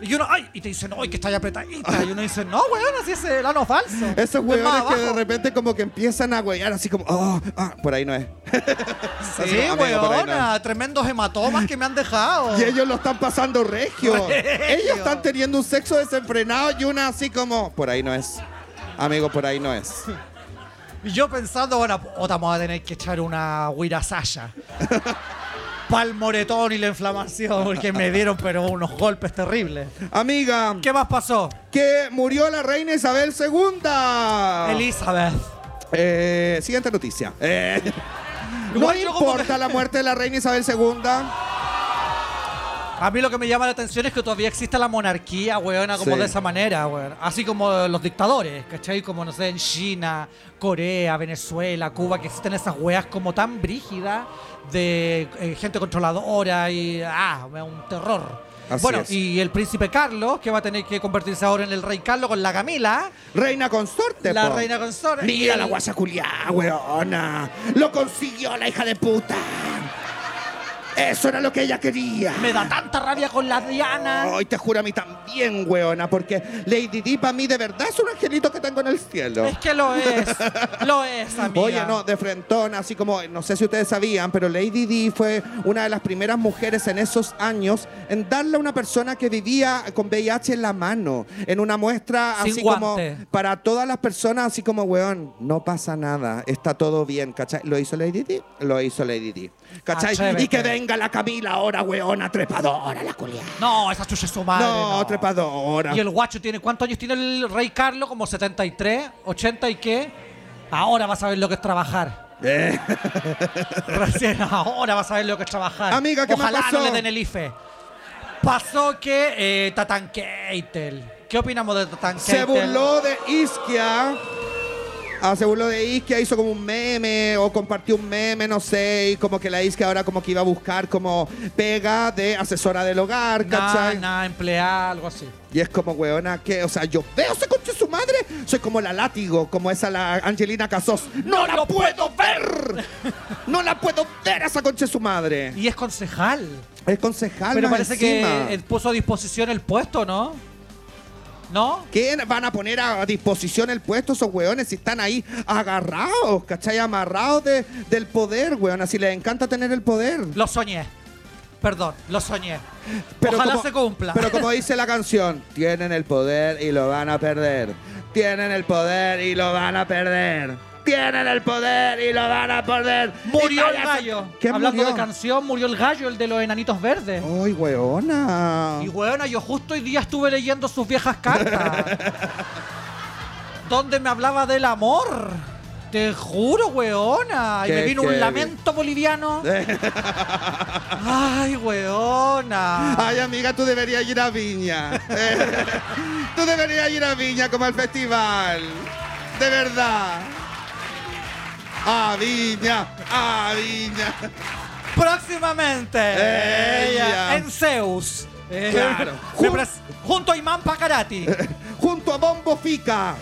Speaker 3: Y uno, ay, y te dicen, ay, que está ya apretadita. Y uno dice, no, weona, si es el ano falso.
Speaker 4: esos
Speaker 3: Es más
Speaker 4: huevones que de
Speaker 3: abajo.
Speaker 4: repente como que empiezan a huear así como, "Oh, ah, por ahí no es. Así
Speaker 3: Sí,
Speaker 4: como, "Amigo, por ahí no es".
Speaker 3: weona, tremendos hematomas que me han dejado.
Speaker 4: Y ellos lo están pasando regio. Ellos están teniendo un sexo desenfrenado y una así como, por ahí no es. Amigo, por ahí no es.
Speaker 3: Y yo pensando, bueno, otra vamos a tener que echar una huirasaya. Pa'l moretón y la inflamación, porque me dieron pero unos golpes terribles.
Speaker 4: Amiga,
Speaker 3: ¿Qué más pasó?
Speaker 4: que murió la reina Isabel II.
Speaker 3: Elizabeth.
Speaker 4: Eh, siguiente noticia. Eh, no
Speaker 3: Igual yo como
Speaker 4: importa
Speaker 3: que-
Speaker 4: la muerte de la reina Isabel II.
Speaker 3: A mí lo que me llama la atención es que todavía existe la monarquía, weona, como
Speaker 4: Sí.
Speaker 3: de esa manera, weón. Así como los dictadores, ¿cachai? Como, no sé, en China, Corea, Venezuela, Cuba, que existen esas weas como tan brígidas de eh, gente controladora y. ¡Ah! me da Un terror.
Speaker 4: Así
Speaker 3: bueno,
Speaker 4: es.
Speaker 3: y el príncipe Carlos, que va a tener que convertirse ahora en el rey Carlos con la Camila,
Speaker 4: Reina consorte.
Speaker 3: la
Speaker 4: po.
Speaker 3: reina consorte.
Speaker 4: Mira
Speaker 3: y-
Speaker 4: la guasa culiá, weona. Lo consiguió la hija de puta. Eso era lo que ella quería.
Speaker 3: Me da tanta rabia con la Diana.
Speaker 4: Ay, te juro a mí también, weona, porque Lady Di para mí de verdad es un angelito que tengo en el cielo.
Speaker 3: Es que lo es. lo es, amiga.
Speaker 4: Oye, no, de frentón, así como, no sé si ustedes sabían, pero Lady Di fue una de las primeras mujeres en esos años en darle a una persona que vivía con VIH en la mano, en una muestra
Speaker 3: Sin
Speaker 4: así
Speaker 3: guante.
Speaker 4: como para todas las personas, así como, weón, no pasa nada, está todo bien, ¿cachai? Lo hizo Lady Di, lo hizo Lady Di, ¿cachai?
Speaker 3: Atrévete.
Speaker 4: Y que venga la Camila ahora, weona, trepadora, la culia.
Speaker 3: No, esa chucha es su madre.
Speaker 4: No, trepadora.
Speaker 3: Y el guacho tiene, ¿cuántos años tiene el rey Carlos? Como 73, 80 y qué. Ahora vas a ver lo que es trabajar.
Speaker 4: Eh.
Speaker 3: Recién ahora vas a ver lo que es trabajar.
Speaker 4: Amiga, ¿qué más
Speaker 3: Ojalá
Speaker 4: pasó?
Speaker 3: no le den el IFE. Pasó que eh, Tatán Keitel. ¿Qué opinamos de Tatán Keitel?
Speaker 4: Se burló de Isquia. Ah, se burló de Isquia, hizo como un meme o compartió un meme, no sé, y como que la Isquia ahora como que iba a buscar como pega de asesora del hogar,
Speaker 3: Nada,
Speaker 4: ¿cachai?
Speaker 3: empleada, algo así.
Speaker 4: Y es como, weona, que, o sea, yo veo ese coche su madre, soy como la látigo, como esa la Angelina Casos. ¡No, la puedo ver! ¡No la puedo ver a esa concha de su madre!
Speaker 3: Y es concejal.
Speaker 4: Es concejal,
Speaker 3: pero
Speaker 4: más
Speaker 3: parece
Speaker 4: Ah, encima.
Speaker 3: que eh, puso a disposición el puesto, ¿no? ¿No?
Speaker 4: ¿Qué van a poner a disposición el puesto esos weones si están ahí agarrados, cachai? Amarrados de- del poder, weón. Así les encanta tener el poder.
Speaker 3: Lo soñé. Perdón, lo soñé. Ojalá
Speaker 4: como-
Speaker 3: se cumpla.
Speaker 4: Pero como dice la canción, tienen el poder y lo van a perder. Tienen el poder y lo van a perder. Tienen el poder y lo van a perder.
Speaker 3: Murió
Speaker 4: Y
Speaker 3: el
Speaker 4: vaya-
Speaker 3: gallo.
Speaker 4: ¿Quién
Speaker 3: Hablando
Speaker 4: murió?
Speaker 3: de canción, murió el gallo, el de los enanitos verdes.
Speaker 4: ¡Ay, weona!
Speaker 3: Y weona, yo justo hoy día estuve leyendo sus viejas cartas. donde me hablaba del amor. Te juro, weona. Y
Speaker 4: Qué
Speaker 3: me vino
Speaker 4: heavy.
Speaker 3: un lamento boliviano. Ay, weona.
Speaker 4: Ay, amiga, tú deberías ir a Viña. tú deberías ir a Viña como al festival. De verdad. A Viña, a Viña.
Speaker 3: Próximamente.
Speaker 4: Eh, Ella.
Speaker 3: En Zeus. Eh,
Speaker 4: Claro.
Speaker 3: me pres- junto a Imán Pacarati.
Speaker 4: Junto a Bombo Fica.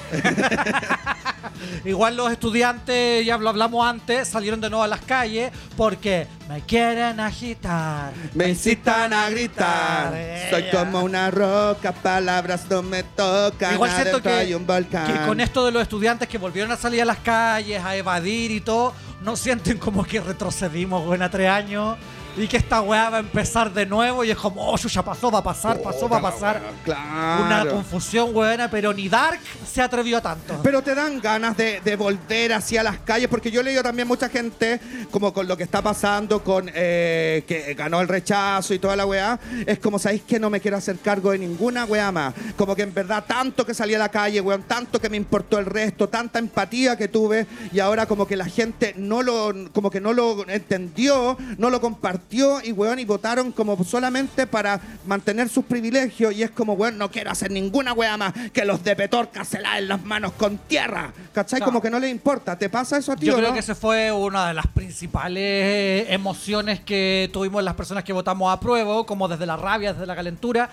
Speaker 3: Igual los estudiantes, ya lo hablamos antes, salieron de nuevo a las calles porque me quieren agitar.
Speaker 4: Me incitan a gritar. Soy como una roca, palabras no me tocan.
Speaker 3: Igual siento
Speaker 4: Adentro
Speaker 3: que,
Speaker 4: hay un volcán.
Speaker 3: que con esto de los estudiantes que volvieron a salir a las calles, a evadir y todo, no sienten como que retrocedimos, weón, a tres años. Y que esta weá va a empezar de nuevo y es como, oh, ya pasó, va a pasar, pasó, va a pasar. Una
Speaker 4: Claro.
Speaker 3: confusión, weona, pero ni Dark se atrevió a tanto.
Speaker 4: Pero te dan ganas de, de volver hacia las calles, porque yo he leído también mucha gente, como con lo que está pasando, con eh, que ganó el rechazo y toda la weá, es como, ¿sabéis que no me quiero hacer cargo de ninguna weá más? Como que en verdad tanto que salí a la calle, weón, tanto que me importó el resto, tanta empatía que tuve, y ahora como que la gente no lo, como que no lo entendió, no lo compartió, y weón, y votaron como solamente para mantener sus privilegios, y es como, weón, no quiero hacer ninguna weá más que los de Petorca se laven las manos con tierra. ¿Cachai?
Speaker 3: Claro.
Speaker 4: Como que no le importa. ¿Te pasa eso a ti
Speaker 3: Yo
Speaker 4: o
Speaker 3: creo
Speaker 4: no?
Speaker 3: que esa fue una de las principales eh, emociones que tuvimos las personas que votamos a prueba, como desde la rabia, desde la calentura.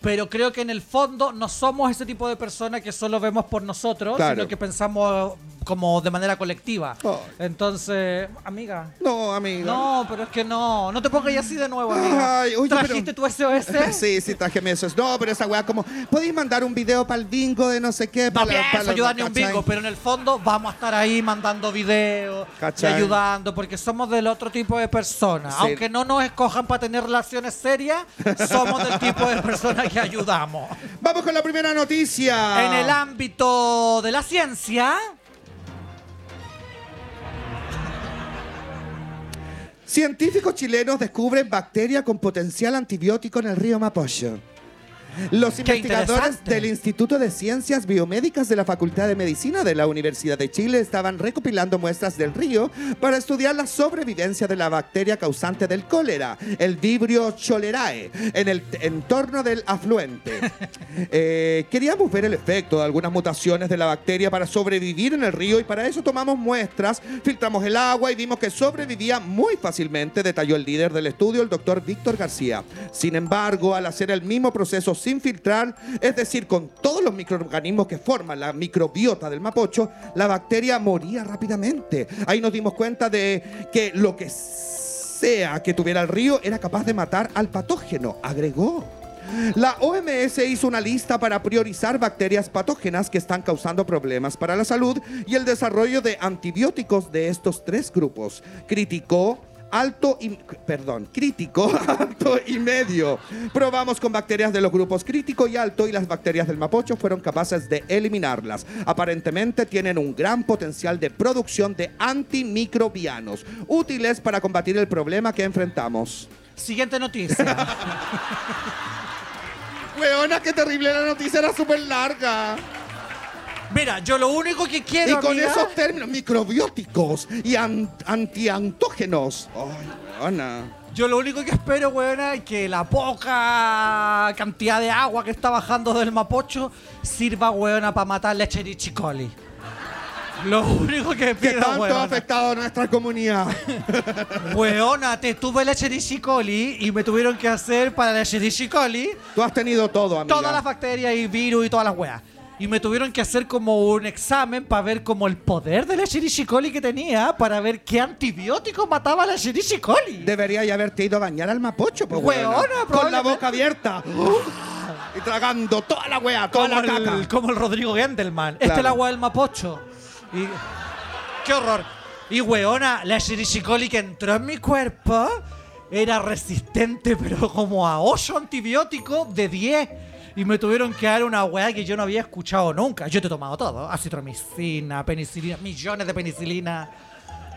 Speaker 3: Pero creo que en el fondo no somos ese tipo de personas que solo vemos por nosotros,
Speaker 4: Claro.
Speaker 3: sino que pensamos uh, como de manera colectiva.
Speaker 4: Oh.
Speaker 3: Entonces, amiga.
Speaker 4: No, amigo.
Speaker 3: No, pero es que no. No te pongas ya así de nuevo, amiga.
Speaker 4: Ay, oye,
Speaker 3: ¿Trajiste
Speaker 4: pero-
Speaker 3: tu SOS?
Speaker 4: Sí, sí, traje mi eso. No, pero esa weá como, podéis mandar un video para el bingo de no sé qué?
Speaker 3: No
Speaker 4: para la- para
Speaker 3: pienso
Speaker 4: la-
Speaker 3: ayudar ni un
Speaker 4: ¿cachai?
Speaker 3: bingo, pero en el fondo vamos a estar ahí mandando videos y
Speaker 4: ¿Cachai?
Speaker 3: ayudando, porque somos del otro tipo de personas.
Speaker 4: Sí.
Speaker 3: Aunque no nos escojan para tener relaciones serias, somos del tipo de personas que ayudamos.
Speaker 4: Vamos con la primera noticia.
Speaker 3: En el ámbito de la ciencia,
Speaker 4: Científicos chilenos descubren bacteria con potencial antibiótico en el río Mapocho. Los investigadores
Speaker 3: interesante.
Speaker 4: del Instituto de Ciencias Biomédicas de la Facultad de Medicina de la Universidad de Chile estaban recopilando muestras del río para estudiar la sobrevivencia de la bacteria causante del cólera, el Vibrio cholerae, en el t- entorno del afluente. Eh, queríamos ver el efecto de algunas mutaciones de la bacteria para sobrevivir en el río y para eso tomamos muestras, filtramos el agua y vimos que sobrevivía muy fácilmente, detalló el líder del estudio, el doctor Víctor García. Sin embargo, al hacer el mismo proceso sin filtrar, es decir, con todos los microorganismos que forman la microbiota del mapocho, la bacteria moría rápidamente. Ahí nos dimos cuenta de que lo que sea que tuviera el río era capaz de matar al patógeno, agregó. La OMS hizo una lista para priorizar bacterias patógenas que están causando problemas para la salud y el desarrollo de antibióticos de estos tres grupos. Criticó alto y perdón, crítico, alto y medio. Probamos con bacterias de los grupos crítico y alto y las bacterias del mapocho fueron capaces de eliminarlas. Aparentemente tienen un gran potencial de producción de antimicrobianos, útiles para combatir el problema que enfrentamos.
Speaker 3: siguiente noticia.
Speaker 4: Weona, qué terrible la noticia, era súper larga.
Speaker 3: Mira, yo lo único que
Speaker 4: Y
Speaker 3: quiero
Speaker 4: con
Speaker 3: amiga,
Speaker 4: esos términos, microbióticos y an- antiantógenos. Ay, weona.
Speaker 3: Yo lo único que espero, weona, es que la poca cantidad de agua que está bajando del Mapocho sirva, weona, para matar la cherichicoli. Lo único que
Speaker 4: Que
Speaker 3: pido,
Speaker 4: tanto ha
Speaker 3: weona.
Speaker 4: afectado a nuestra comunidad.
Speaker 3: Weona, te tuve la cherichicoli y me tuvieron que hacer para la cherichicoli
Speaker 4: Tú has tenido todo, amiga.
Speaker 3: todas las bacterias y virus y todas las weas. Y me tuvieron que hacer como un examen para ver como el poder de la cherichicoli que tenía para ver qué antibiótico mataba a la cherichicoli.
Speaker 4: Debería ya haberte ido a bañar al mapocho, pues,
Speaker 3: Weona,
Speaker 4: Con la
Speaker 3: probablemente.
Speaker 4: boca abierta. y tragando toda la wea, toda
Speaker 3: como
Speaker 4: la
Speaker 3: el,
Speaker 4: caca.
Speaker 3: como el Rodrigo Gendelman. Este
Speaker 4: Claro.
Speaker 3: es el agua del Mapocho. Y- ¡Qué horror! Y weona, la chirichicoli que entró en mi cuerpo era resistente, pero como a 8 antibióticos de 10. y me tuvieron que dar una weá que yo no había escuchado nunca. Yo te he tomado todo. Acitromicina, penicilina, millones de penicilina,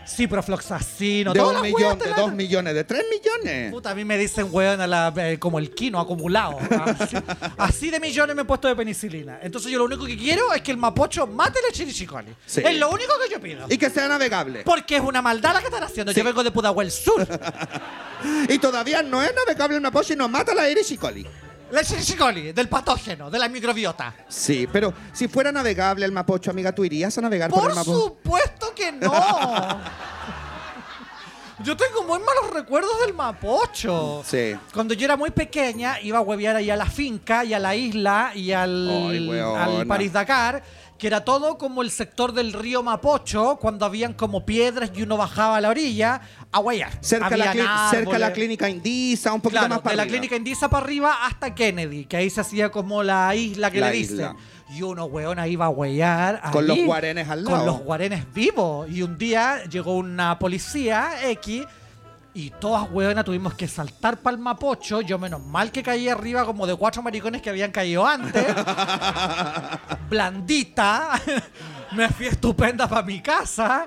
Speaker 3: ciprofloxacino,
Speaker 4: De
Speaker 3: todas
Speaker 4: un
Speaker 3: las
Speaker 4: millón,
Speaker 3: weas te
Speaker 4: de
Speaker 3: la-
Speaker 4: dos millones, de tres millones.
Speaker 3: Puta, a mí me dicen weón a la- eh, como el quino acumulado. Así, así de millones me he puesto de penicilina. Entonces yo lo único que quiero es que el mapocho mate la chirichicoli.
Speaker 4: Sí.
Speaker 3: Es lo único que yo pido.
Speaker 4: Y que sea navegable.
Speaker 3: Porque es una maldad la que están haciendo. Yo vengo de Pudahuel Sur.
Speaker 4: Y todavía no es navegable una polla y nos mata la Irish Collie.
Speaker 3: La chirichicoli, del patógeno, de la microbiota.
Speaker 4: Sí, pero si fuera navegable el Mapocho, amiga, ¿tú irías a navegar por,
Speaker 3: Por
Speaker 4: el Mapocho?
Speaker 3: supuesto que no. Yo tengo muy malos recuerdos del Mapocho.
Speaker 4: Sí.
Speaker 3: Cuando yo era muy pequeña, iba a huevear ahí a la finca y a la isla y al,
Speaker 4: Ay, weona.
Speaker 3: al París Dakar, que era todo como el sector del río Mapocho, cuando habían como piedras y uno bajaba a la orilla a huear.
Speaker 4: Cerca, la,
Speaker 3: Habían
Speaker 4: cli- cerca la
Speaker 3: árboles.
Speaker 4: clínica Indisa, un poquito
Speaker 3: Claro,
Speaker 4: más para
Speaker 3: de la
Speaker 4: arriba.
Speaker 3: clínica Indisa para arriba hasta Kennedy, que ahí se hacía como la isla que
Speaker 4: La
Speaker 3: le
Speaker 4: isla.
Speaker 3: dicen. Y uno, weón, ahí iba a huear.
Speaker 4: Con
Speaker 3: ahí,
Speaker 4: los guarenes al lado.
Speaker 3: Con los guarenes vivos. Y un día llegó una policía X y todas, weonas, tuvimos que saltar para el mapocho. Yo, menos mal que caí arriba como de cuatro maricones que habían caído antes. Blandita. Me fui estupenda para mi casa.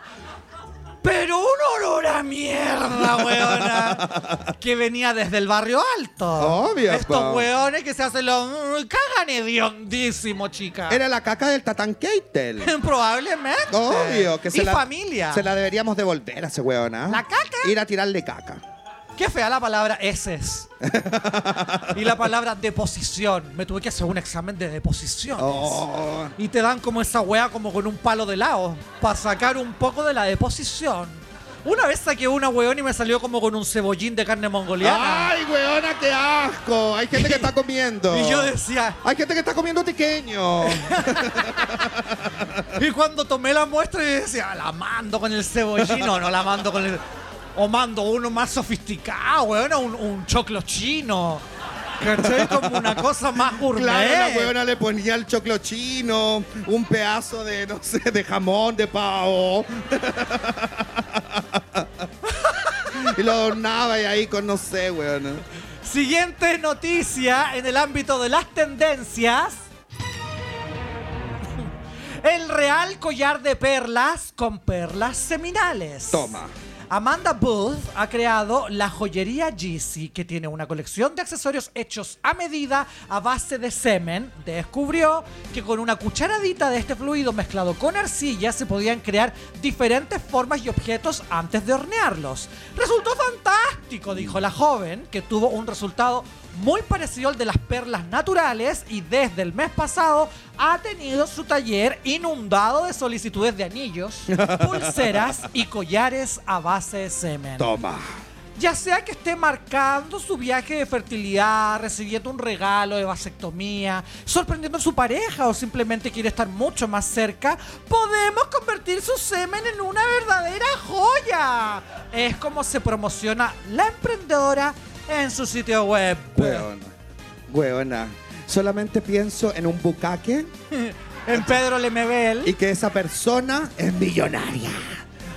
Speaker 3: Pero un olor a mierda, weona. que venía desde el barrio alto.
Speaker 4: Obvio,
Speaker 3: Estos
Speaker 4: po.
Speaker 3: weones que se hacen los. mm, Cagan hediondísimo, chica.
Speaker 4: Era la caca del Tatán Keitel.
Speaker 3: Probablemente.
Speaker 4: Obvio, que se
Speaker 3: y
Speaker 4: la,
Speaker 3: familia.
Speaker 4: se la deberíamos devolver a ese weón, ¿ah?
Speaker 3: ¿La caca?
Speaker 4: Ir a tirarle caca.
Speaker 3: Qué fea la palabra heces. y la palabra deposición. Me tuve que hacer un examen de deposiciones.
Speaker 4: Oh.
Speaker 3: Y te dan como esa weá como con un palo de lado. Para sacar un poco de la deposición. Una vez saqué una weón y me salió como con un cebollín de carne mongoliana.
Speaker 4: ¡Ay, weona, qué asco! Hay gente que está comiendo.
Speaker 3: Y yo decía,
Speaker 4: Hay gente que está comiendo tiqueño.
Speaker 3: y cuando tomé la muestra yo decía, la mando con el cebollín o no la mando con el... O mando uno más sofisticado, weón, un, un choclo chino. ¿Cachai? Como una cosa más gourmet.
Speaker 4: Claro, la weona le ponía el choclo chino, un pedazo de, no sé, de jamón, de pavo. y lo adornaba y ahí con, no sé, weona.
Speaker 3: Siguiente noticia en el ámbito de las tendencias. El real collar de perlas con perlas seminales.
Speaker 4: Toma.
Speaker 3: Amanda Booth ha creado la joyería Yeezy, que tiene una colección de accesorios hechos a medida a base de semen. Descubrió que con una cucharadita de este fluido mezclado con arcilla se podían crear diferentes formas y objetos antes de hornearlos. Resultó fantástico, dijo la joven, que tuvo un resultado muy parecido al de las perlas naturales y desde el mes pasado ha tenido su taller inundado de solicitudes de anillos, pulseras y collares a base de semen.
Speaker 4: Toma.
Speaker 3: Ya sea que esté marcando su viaje de fertilidad, recibiendo un regalo de vasectomía, sorprendiendo a su pareja o simplemente quiere estar mucho más cerca, podemos convertir su semen en una verdadera joya. Es como se promociona la emprendedora en su sitio web.
Speaker 4: Weona. Weona. Solamente pienso en un bucaque
Speaker 3: En Pedro Lemebel.
Speaker 4: y que esa persona es millonaria.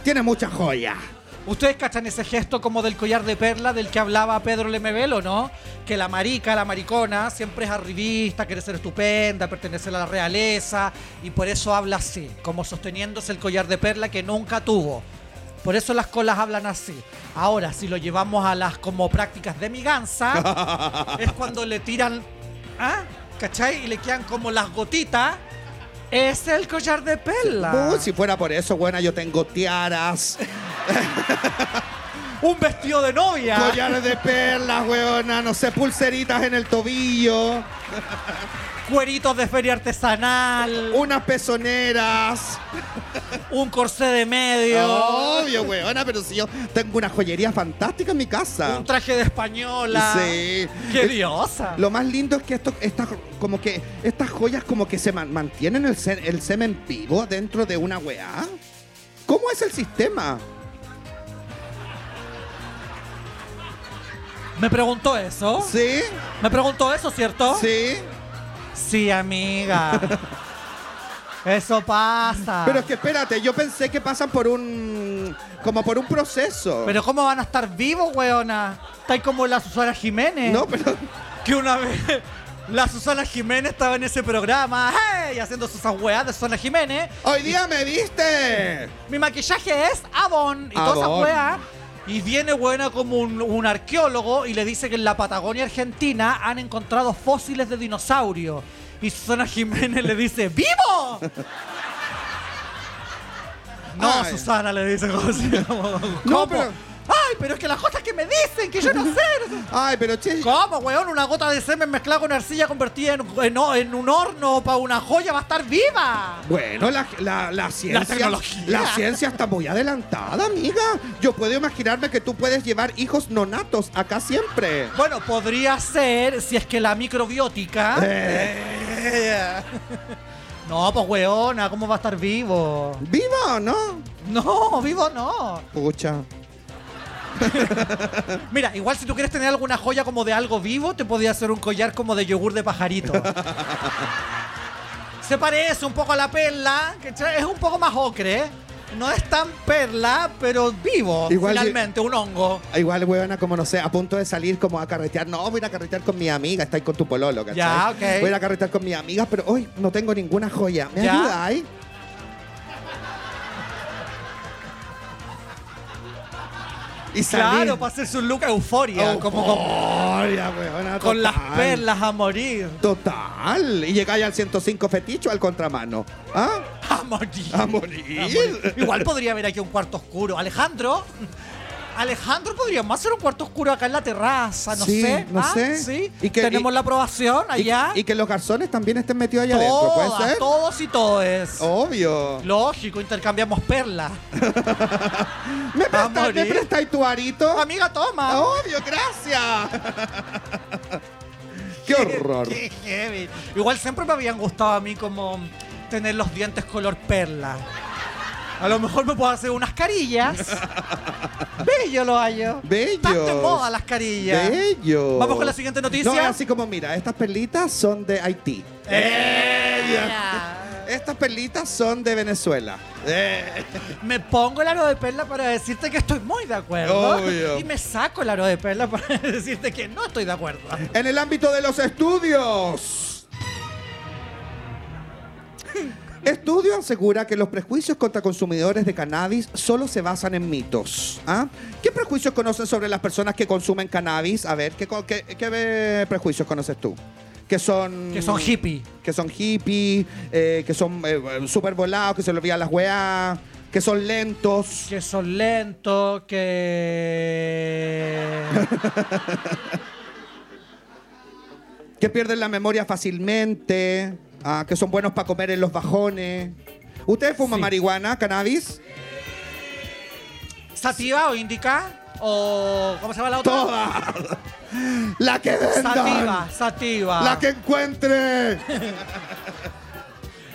Speaker 4: Tiene mucha joya.
Speaker 3: ¿Ustedes cachan ese gesto como del collar de perla del que hablaba Pedro Lemebel o no? Que la marica, la maricona, siempre es arribista, quiere ser estupenda, pertenecer a la realeza y por eso habla así, como sosteniéndose el collar de perla que nunca tuvo. Por eso las colas hablan así. Ahora, si lo llevamos a las como prácticas de miganza, es cuando le tiran, ¿ah? ¿cachai? Y le quedan como las gotitas. Es el collar de perla.
Speaker 4: Uh, si fuera por eso, buena, yo tengo tiaras,
Speaker 3: Un vestido de novia.
Speaker 4: collares de perlas, weona, no sé, pulseritas en el tobillo,
Speaker 3: cueritos de feria artesanal,
Speaker 4: unas pezoneras. Oh.
Speaker 3: un corsé de medio, Oh.
Speaker 4: Obvio, weona, pero si yo tengo una joyería fantástica en mi casa.
Speaker 3: un traje de española.
Speaker 4: Sí.
Speaker 3: ¡Qué
Speaker 4: Eh,
Speaker 3: diosa!
Speaker 4: Lo más lindo es que esto, estas, como que, estas joyas como que se man- mantienen el, se- el semen vivo dentro de una weá. ¿Cómo es el sistema?
Speaker 3: Me preguntó eso.
Speaker 4: ¿Sí?
Speaker 3: Me preguntó eso, ¿cierto?
Speaker 4: ¿Sí?
Speaker 3: Sí, amiga. eso pasa.
Speaker 4: Pero es que espérate, yo pensé que pasan por un. como por un proceso.
Speaker 3: Pero ¿cómo van a eh. estar vivos, weona? Tal como la Susana Jiménez.
Speaker 4: No, pero.
Speaker 3: Que una vez La Susana Jiménez estaba en ese programa, ¡hey! Haciendo sus weas de Susana Jiménez.
Speaker 4: Hoy día me viste.
Speaker 3: Mi maquillaje es Avon y todas esas
Speaker 4: Avon.
Speaker 3: weas. Y viene buena como un, un arqueólogo y le dice que en la Patagonia Argentina han encontrado fósiles de dinosaurio. Y Susana Jiménez le dice, ¡Vivo! No,
Speaker 4: Ay.
Speaker 3: Susana le dice, ¿cómo? se llama?
Speaker 4: No,
Speaker 3: ¿Cómo?
Speaker 4: pero-
Speaker 3: ¡Ay, pero es que las cosas que me dicen, que yo no sé! no sé".
Speaker 4: Ay, pero che.
Speaker 3: ¿Cómo, weón? Una gota de semen mezclada con arcilla convertida en, en- en un horno para una joya va a estar viva.
Speaker 4: Bueno, la, la- la ciencia.
Speaker 3: tecnología.
Speaker 4: la ciencia está muy adelantada, amiga. Yo puedo imaginarme que tú puedes llevar hijos nonatos acá siempre.
Speaker 3: Bueno, podría ser si es que la microbiótica.
Speaker 4: Eh.
Speaker 3: No, pues weona, ¿cómo va a estar vivo?
Speaker 4: ¿Viva o no?
Speaker 3: No, vivo no.
Speaker 4: Pucha.
Speaker 3: Mira, igual si tú quieres tener alguna joya como de algo vivo, te podría hacer un collar como de yogur de pajarito. Se parece un poco a la perla, que es un poco más ocre. No es tan perla, pero vivo,
Speaker 4: Igual
Speaker 3: finalmente, un hongo.
Speaker 4: Ah, Igual, huevona, como no sé, a punto de salir como a carretear. No, voy a ir a carretear con mi amiga. Estáis con tu pololo, ¿cachai?
Speaker 3: Ya, ok.
Speaker 4: Voy a ir a carretear con mi amiga, pero hoy no tengo ninguna joya. ¿Me
Speaker 3: Ya.
Speaker 4: ayudáis? Y salí.
Speaker 3: Claro, para hacerse un look euforia, como con,
Speaker 4: Euforia, huevona,
Speaker 3: con las
Speaker 4: total.
Speaker 3: perlas a morir.
Speaker 4: Total. Y llegáis al 105 feticho al contramano. ¿Ah?
Speaker 3: A morir.
Speaker 4: A morir.
Speaker 3: A morir. Ah, Igual podría haber aquí un cuarto oscuro. Alejandro. Alejandro, podríamos hacer un cuarto oscuro acá en la terraza, no
Speaker 4: Sí,
Speaker 3: sé.
Speaker 4: no
Speaker 3: ¿ah?
Speaker 4: sé.
Speaker 3: ¿Sí?
Speaker 4: Y que- y-
Speaker 3: Tenemos la aprobación
Speaker 4: Y-
Speaker 3: allá.
Speaker 4: Y, que los garzones también estén metidos allá adentro, ¿puede
Speaker 3: Todas,
Speaker 4: ser? Oh.
Speaker 3: todos y todes.
Speaker 4: Obvio.
Speaker 3: Lógico, intercambiamos perlas.
Speaker 4: ¿Me
Speaker 3: Va a
Speaker 4: prestáis me
Speaker 3: morir.
Speaker 4: prestáis tu arito?
Speaker 3: Amiga, toma.
Speaker 4: Obvio, gracias. Qué horror.
Speaker 3: Qué heavy. Igual siempre me habían gustado a mí como tener los dientes color perla. A lo mejor me puedo hacer unas carillas. Bello lo hallo.
Speaker 4: Bello.
Speaker 3: Están de moda las carillas.
Speaker 4: Bello.
Speaker 3: Vamos con la siguiente noticia.
Speaker 4: No, así como mira, estas perlitas son de Haití.
Speaker 3: Ya.
Speaker 4: Estas perlitas son de Venezuela. Eh.
Speaker 3: Me pongo el aro de perla para decirte que estoy muy de acuerdo.
Speaker 4: Obvio.
Speaker 3: Y me saco el aro de perla para decirte que no estoy de acuerdo.
Speaker 4: En el ámbito de los estudios. Estudio asegura que los prejuicios contra consumidores de cannabis solo se basan en mitos. ¿ah? ¿Qué prejuicios conocen sobre las personas que consumen cannabis? A ver, ¿qué, co- qué- qué, eh, prejuicios conoces tú? Que son...
Speaker 3: Que son hippie.
Speaker 4: Que son hippies, eh, que son eh, super volados, que se le olvidan las weas, que son lentos.
Speaker 3: Que son lentos, que...
Speaker 4: que pierden la memoria fácilmente, ah, que son buenos para comer en los bajones. ¿Ustedes fuman
Speaker 3: Sí.
Speaker 4: marihuana, cannabis?
Speaker 3: ¿Sativa o indica? ¿O cómo se llama la otra?
Speaker 4: Toda. La que vendan.
Speaker 3: Sativa, sativa.
Speaker 4: La que encuentre.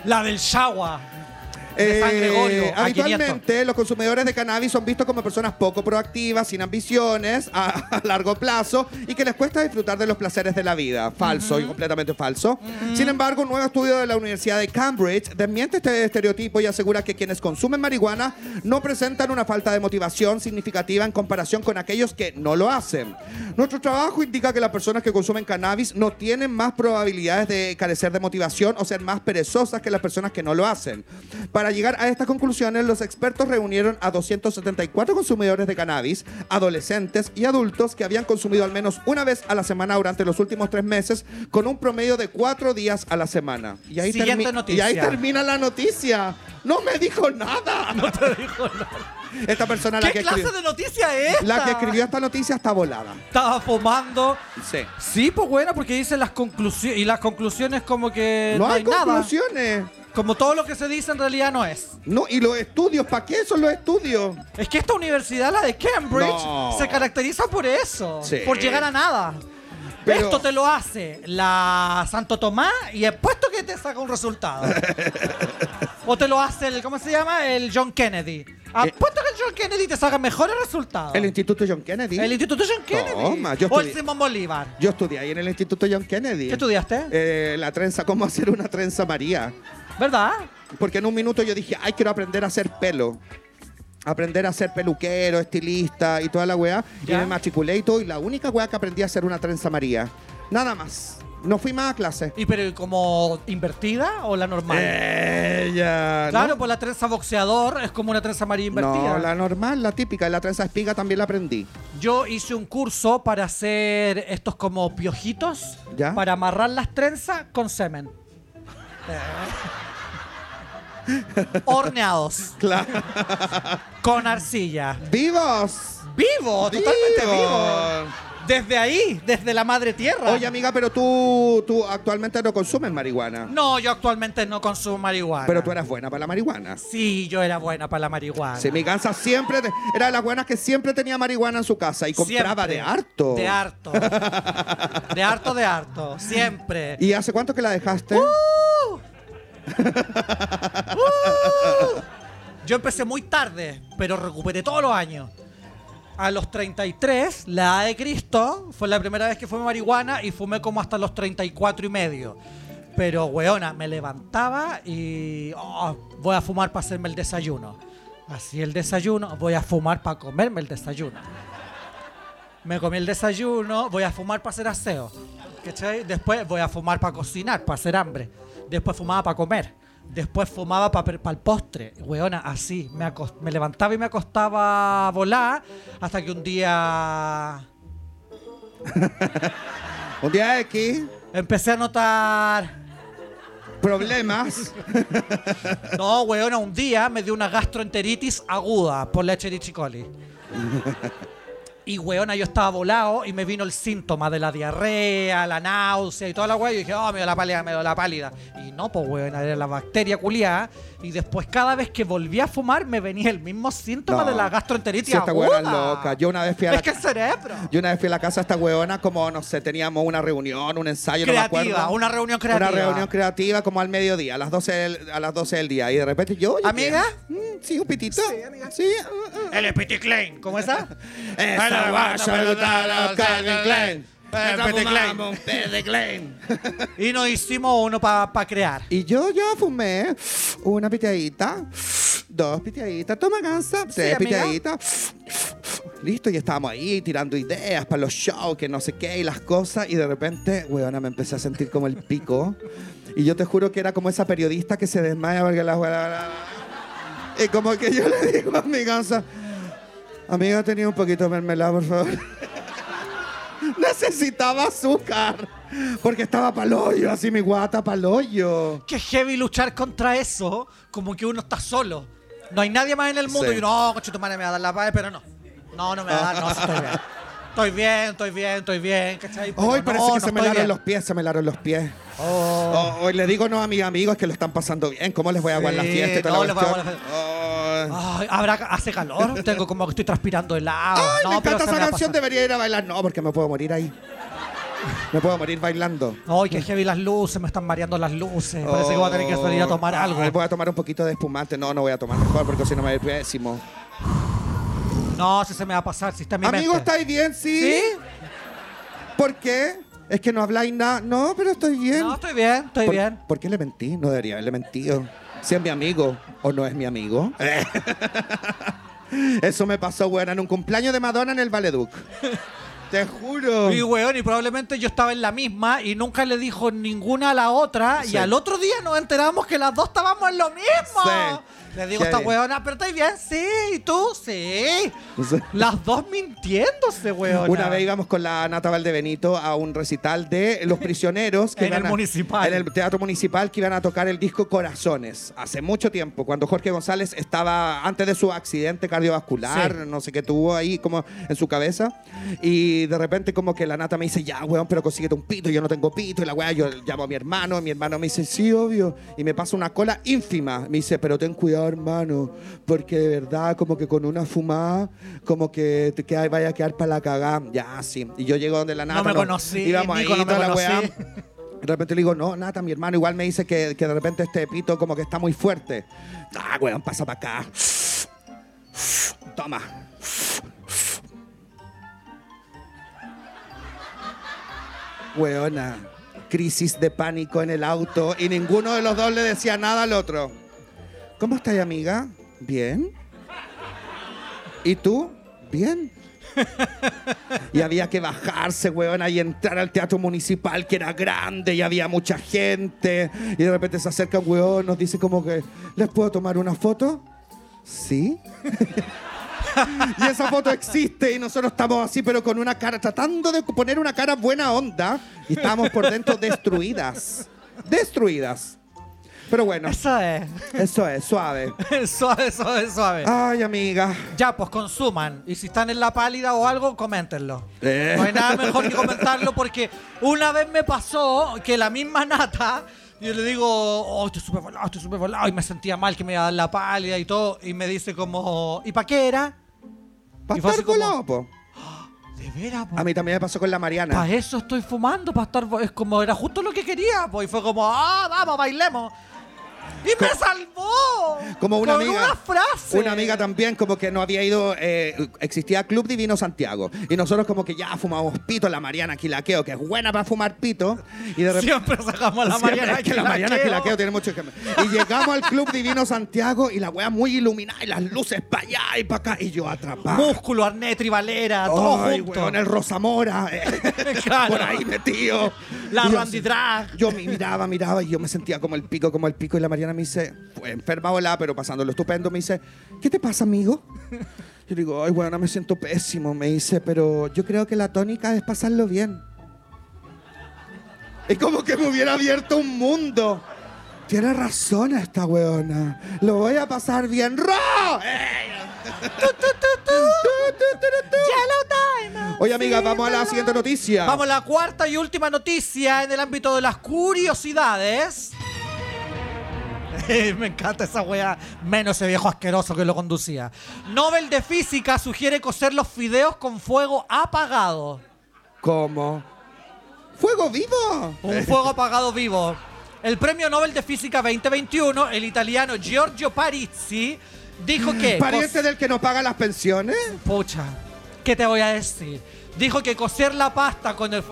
Speaker 3: La del Shagua. De San
Speaker 4: Eh,
Speaker 3: Gregorio. a 500.
Speaker 4: habitualmente, los consumidores de cannabis son vistos como personas poco proactivas, sin ambiciones a, a largo plazo y que les cuesta disfrutar de los placeres de la vida. Falso y completamente falso. Sin embargo, un nuevo estudio de la Universidad de Cambridge desmiente este estereotipo y asegura que quienes consumen marihuana no presentan una falta de motivación significativa en comparación con aquellos que no lo hacen. Nuestro trabajo indica que las personas que consumen cannabis no tienen más probabilidades de carecer de motivación o ser más perezosas que las personas que no lo hacen. Para llegar a estas conclusiones, los expertos reunieron a 274 consumidores de cannabis, adolescentes y adultos que habían consumido al menos una vez a la semana durante los últimos tres meses, con un promedio de cuatro días a la semana. Y ahí,
Speaker 3: Siguiente
Speaker 4: termi-
Speaker 3: noticia.
Speaker 4: y ahí termina la noticia. No me dijo nada. Esta persona la
Speaker 3: ¿Qué
Speaker 4: que,
Speaker 3: clase
Speaker 4: escribió,
Speaker 3: de noticia es esta?
Speaker 4: la que escribió esta noticia está volada.
Speaker 3: Estaba fumando.
Speaker 4: Sí.
Speaker 3: Sí, pues bueno, porque dicen las conclusiones. Y las conclusiones como que
Speaker 4: No,
Speaker 3: Eh, no,
Speaker 4: hay,
Speaker 3: nada.
Speaker 4: conclusiones.
Speaker 3: Como todo lo que se dice en realidad no es.
Speaker 4: No, y los estudios, ¿para qué son los estudios?
Speaker 3: Es que esta universidad, la de Cambridge,
Speaker 4: No.
Speaker 3: se caracteriza por eso.
Speaker 4: Sí.
Speaker 3: Por llegar a nada.
Speaker 4: Pero-
Speaker 3: Esto te lo hace la Santo Tomás y es puesto que te saca un resultado. o te lo hace el, ¿cómo se llama? El John Kennedy. Apuesto que el John Kennedy te saca mejores resultados.
Speaker 4: Eh. El Instituto John Kennedy.
Speaker 3: Ah. El Instituto John Kennedy.
Speaker 4: Toma, yo
Speaker 3: o el
Speaker 4: estudié-
Speaker 3: Simón Bolívar.
Speaker 4: Yo estudié ahí en el Instituto John Kennedy.
Speaker 3: ¿Qué estudiaste?
Speaker 4: Eh, la trenza, cómo hacer una trenza María.
Speaker 3: ¿Verdad?
Speaker 4: Porque en un minuto yo dije, ay, quiero aprender a hacer pelo. Aprender a ser peluquero, estilista y toda la weá.
Speaker 3: ¿Ya?
Speaker 4: Y me matriculé y todo. Y la única weá que aprendí a hacer una trenza María. Nada más. No fui más a clase.
Speaker 3: ¿Y pero como invertida o la normal?
Speaker 4: Ella.
Speaker 3: claro,
Speaker 4: Eh, ¿no?
Speaker 3: pues la trenza boxeador es como una trenza amarilla invertida.
Speaker 4: No, la normal, la típica, la trenza espiga también la aprendí.
Speaker 3: Yo hice un curso para hacer estos como piojitos
Speaker 4: ¿Ya?
Speaker 3: para amarrar las trenzas con semen. Horneados
Speaker 4: Claro.
Speaker 3: con arcilla.
Speaker 4: ¡Vivos!
Speaker 3: Vivo, totalmente
Speaker 4: Vivo.
Speaker 3: vivo. Desde ahí, desde la madre tierra.
Speaker 4: Oye, amiga, pero tú, tú actualmente no consumes marihuana.
Speaker 3: no, yo actualmente no consumo marihuana.
Speaker 4: Pero tú eras buena para la marihuana.
Speaker 3: Sí, yo era buena para la marihuana.
Speaker 4: Sí, mi casa siempre te- era de las buenas que siempre tenía marihuana en su casa y compraba
Speaker 3: Siempre.
Speaker 4: de harto.
Speaker 3: De harto. De harto, de harto. Siempre.
Speaker 4: ¿Y hace cuánto que la dejaste?
Speaker 3: Uh. Yo empecé muy tarde, pero recuperé todos los años. A los 33, la edad de Cristo, fue la primera vez que fumé marihuana y fumé como hasta los 34 y medio. Pero, weona, me levantaba y oh, voy a fumar para hacerme el desayuno. Así el desayuno, voy a fumar para comerme el desayuno. Me comí el desayuno, voy a fumar para hacer aseo. ¿Cachai? Después voy a fumar para cocinar, para hacer hambre. Después fumaba para comer. Después fumaba para el postre. Weona, así. Me, acos- me levantaba y me acostaba a volar hasta que un día
Speaker 4: Un día X,
Speaker 3: empecé a notar...
Speaker 4: problemas.
Speaker 3: No, weona, un día me dio una gastroenteritis aguda por la Escherichia coli. Y weona, yo estaba volado y me vino el síntoma de la diarrea, la náusea y toda la weá. Y dije, oh, me dio la pálida, me dio la pálida. Y no, pues weona, era la bacteria culiada. Y después, cada vez que volví a fumar, me venía el mismo síntoma
Speaker 4: No.
Speaker 3: de la gastroenteritis
Speaker 4: Si esta
Speaker 3: aguda.
Speaker 4: weona es loca. Yo una vez fui a la
Speaker 3: Es que el cerebro.
Speaker 4: Yo una vez fui a la casa de esta weona, como, no sé, teníamos una reunión, un ensayo, no me
Speaker 3: Creativa,
Speaker 4: acuerdo.
Speaker 3: una reunión creativa.
Speaker 4: Una reunión creativa como al mediodía, a las 12 del, a las 12 del día. Y de repente yo... oye,
Speaker 3: ¿Amiga?
Speaker 4: ¿qué? Mm, sí, un pitito. Sí, amiga. Sí. mm, mm.
Speaker 3: El Petit Klein, ¿cómo esa?
Speaker 4: Esa guaya me gusta la Calvin Klein. Mientras
Speaker 3: Petit Eh, Klein.
Speaker 4: fumamos un Petit Klein.
Speaker 3: y nos hicimos uno para crear.
Speaker 4: Y yo ya fumé una piteadita, dos piteaditas, toma cansa, tres
Speaker 3: amiga.
Speaker 4: piteaditas. Listo, y estábamos ahí tirando ideas para los shows, que no sé qué, y las cosas. Y de repente, weona, me empecé a sentir como el pico. Y yo te juro que era como esa periodista que se desmaya porque la weona... Y como que yo le digo a mi cansa, amiga, tenía un poquito de mermelada, por favor. Necesitaba azúcar. Porque estaba paloyo, así mi guata paloyo.
Speaker 3: Qué heavy luchar contra eso, como que uno está solo. No hay nadie más en el mundo
Speaker 4: Sí.
Speaker 3: y uno, oh, coche, tu madre me va a dar la paz, pero no. No, no me va a dar, no, sí, estoy bien. Estoy bien, estoy bien, estoy bien, ¿cachai? Pero
Speaker 4: Hoy
Speaker 3: no,
Speaker 4: parece
Speaker 3: no
Speaker 4: que se me
Speaker 3: estoy
Speaker 4: laron
Speaker 3: bien.
Speaker 4: los pies, se me laron los pies.
Speaker 3: Oh,
Speaker 4: Oh, hoy le digo no a mis amigos que lo están pasando bien. ¿Cómo les voy a aguar la
Speaker 3: Sí,
Speaker 4: fiesta? y toda
Speaker 3: no,
Speaker 4: la
Speaker 3: les voy a
Speaker 4: cuestión? Oh.
Speaker 3: ay, ¿habrá, hace calor, tengo como que estoy transpirando helado.
Speaker 4: Ay,
Speaker 3: Ah, no,
Speaker 4: me
Speaker 3: pero
Speaker 4: encanta
Speaker 3: se
Speaker 4: esa
Speaker 3: me va a
Speaker 4: canción.
Speaker 3: pasar.
Speaker 4: Debería ir a bailar. No, porque me puedo morir ahí. Me puedo morir bailando.
Speaker 3: Ay, qué heavy las luces, me están mareando las luces. Parece que voy a tener que
Speaker 4: Oh.
Speaker 3: salir a tomar algo.
Speaker 4: Ay, voy a tomar un poquito de espumante. No, no voy a tomar mejor porque si no me voy pésimo.
Speaker 3: No, si se me va a pasar, si está en mi
Speaker 4: Amigo,
Speaker 3: mente.
Speaker 4: ¿estáis bien? ¿Sí?
Speaker 3: ¿Sí?
Speaker 4: ¿Por qué? Es que no habláis nada. No, pero estoy bien.
Speaker 3: No, estoy bien, estoy
Speaker 4: ¿Por,
Speaker 3: bien.
Speaker 4: por qué le mentí? No debería haberle mentido. Si es mi amigo o no es mi amigo. Eso me pasó, weón, en un cumpleaños de Madonna en el Valeduc. Te juro.
Speaker 3: Y weón, y probablemente yo estaba en la misma y nunca le dijo ninguna a la otra.
Speaker 4: Sí.
Speaker 3: Y al otro día nos enteramos que las dos estábamos en lo mismo.
Speaker 4: Sí.
Speaker 3: Le digo
Speaker 4: Qué
Speaker 3: a esta
Speaker 4: bien.
Speaker 3: weona, pero estáis bien, sí, y tú, sí.
Speaker 4: Sí.
Speaker 3: Las dos mintiéndose, weón.
Speaker 4: Una vez íbamos con la Nata Valdebenito a un recital de Los Prisioneros.
Speaker 3: En
Speaker 4: iban
Speaker 3: el
Speaker 4: a-
Speaker 3: municipal.
Speaker 4: En el Teatro Municipal que iban a tocar el disco Corazones. Hace mucho tiempo, cuando Jorge González estaba antes de su accidente cardiovascular,
Speaker 3: Sí.
Speaker 4: no sé qué tuvo ahí como en su cabeza. Y de repente como que la Nata me dice, ya, weón, pero consíguete un pito, yo no tengo pito. Y la weá, yo llamo a mi hermano, y mi hermano me dice, sí, obvio. Y me pasa una cola ínfima. Me dice, pero ten cuidado, hermano, porque de verdad como que con una fumada, como que te queda- vaya a quedar para la cagada. Ya, sí. Y yo llego donde la Nata.
Speaker 3: me conocí,
Speaker 4: Íbamos ahí,
Speaker 3: Nico, no me
Speaker 4: toda la
Speaker 3: conocí.
Speaker 4: weá. De repente le digo, no, Nata, mi hermano igual me dice que, que de repente este pito como que está muy fuerte. Ah, weón, pasa para acá. Toma. Weona, crisis de pánico en el auto y ninguno de los dos le decía nada al otro. ¿Cómo estás, amiga? Bien. ¿Y tú? Bien. Y había que bajarse, weón, y entrar al teatro municipal que era grande y había mucha gente. Y de repente se acerca un weón, nos dice como que, ¿les puedo tomar una foto? Sí. y esa foto existe y nosotros estamos así, pero con una cara, tratando de poner una cara buena onda. Y estábamos por dentro destruidas. Destruidas. Pero bueno,
Speaker 3: Eso es.
Speaker 4: eso es, suave.
Speaker 3: suave, suave, suave.
Speaker 4: Ay, amiga.
Speaker 3: Ya, pues consuman. Y si están en la pálida o algo, coméntenlo.
Speaker 4: Eh.
Speaker 3: No hay nada mejor que comentarlo porque una vez me pasó que la misma nata, yo le digo, oh, estoy súper volado, estoy súper volado. Y me sentía mal que me iba a dar la pálida y todo. Y me dice como, ¿y para qué era?
Speaker 4: Pa'
Speaker 3: Y fue así
Speaker 4: estar
Speaker 3: como-
Speaker 4: volado, po.
Speaker 3: De veras,
Speaker 4: A mí también me pasó con la Mariana.
Speaker 3: para eso estoy fumando, para estar... vo- Es como, era justo lo que quería. Pues. Y fue como, ah, vamos, bailemos. Y me salvó.
Speaker 4: Como una
Speaker 3: Con
Speaker 4: amiga.
Speaker 3: una frase.
Speaker 4: Una amiga también, como que no había ido. eh, existía Club Divino Santiago. Y nosotros, como que ya fumamos pito. La Mariana Quilaqueo, que es buena para fumar pito. Y de repente.
Speaker 3: Siempre sacamos a la
Speaker 4: Siempre
Speaker 3: Mariana
Speaker 4: es que la Mariana Quilaqueo tiene mucho que Y llegamos al Club Divino Santiago y la wea muy iluminada y las luces para allá y para acá. Y yo atrapado.
Speaker 3: Músculo, Arnett, Valera, todo
Speaker 4: Ay,
Speaker 3: junto.
Speaker 4: weón, el Rosamora. eh,
Speaker 3: Claro.
Speaker 4: Por ahí metido.
Speaker 3: La
Speaker 4: Y yo
Speaker 3: Randy
Speaker 4: así-
Speaker 3: Drag.
Speaker 4: Yo mi- miraba, miraba y yo me sentía como el pico, como el pico. Y la Mariana me dice, pues, enferma volá, pero pasándolo estupendo, me dice, ¿qué te pasa, amigo? Yo digo, ay, bueno, me siento pésimo. Me dice, pero yo creo que la tónica es pasarlo bien. Es como que me hubiera abierto un mundo. Tiene razón esta weona. Lo voy a pasar bien. ¡Ro! ¡Eh! Tu, tu, tu, tu, tu. Oye, amiga, vamos a la siguiente noticia.
Speaker 3: Vamos a la cuarta y última noticia en el ámbito de las curiosidades. Me encanta esa wea, menos ese viejo asqueroso que lo conducía. Nobel de Física sugiere cocer los fideos con fuego apagado.
Speaker 4: ¿Cómo? ¿Fuego vivo?
Speaker 3: Un fuego apagado vivo. El premio Nobel de Física 2021, el italiano Giorgio Parizzi, dijo que...
Speaker 4: ¿Pariente del que no paga las pensiones?
Speaker 3: Pucha, ¿qué te voy a decir? Dijo que cocer la pasta con el...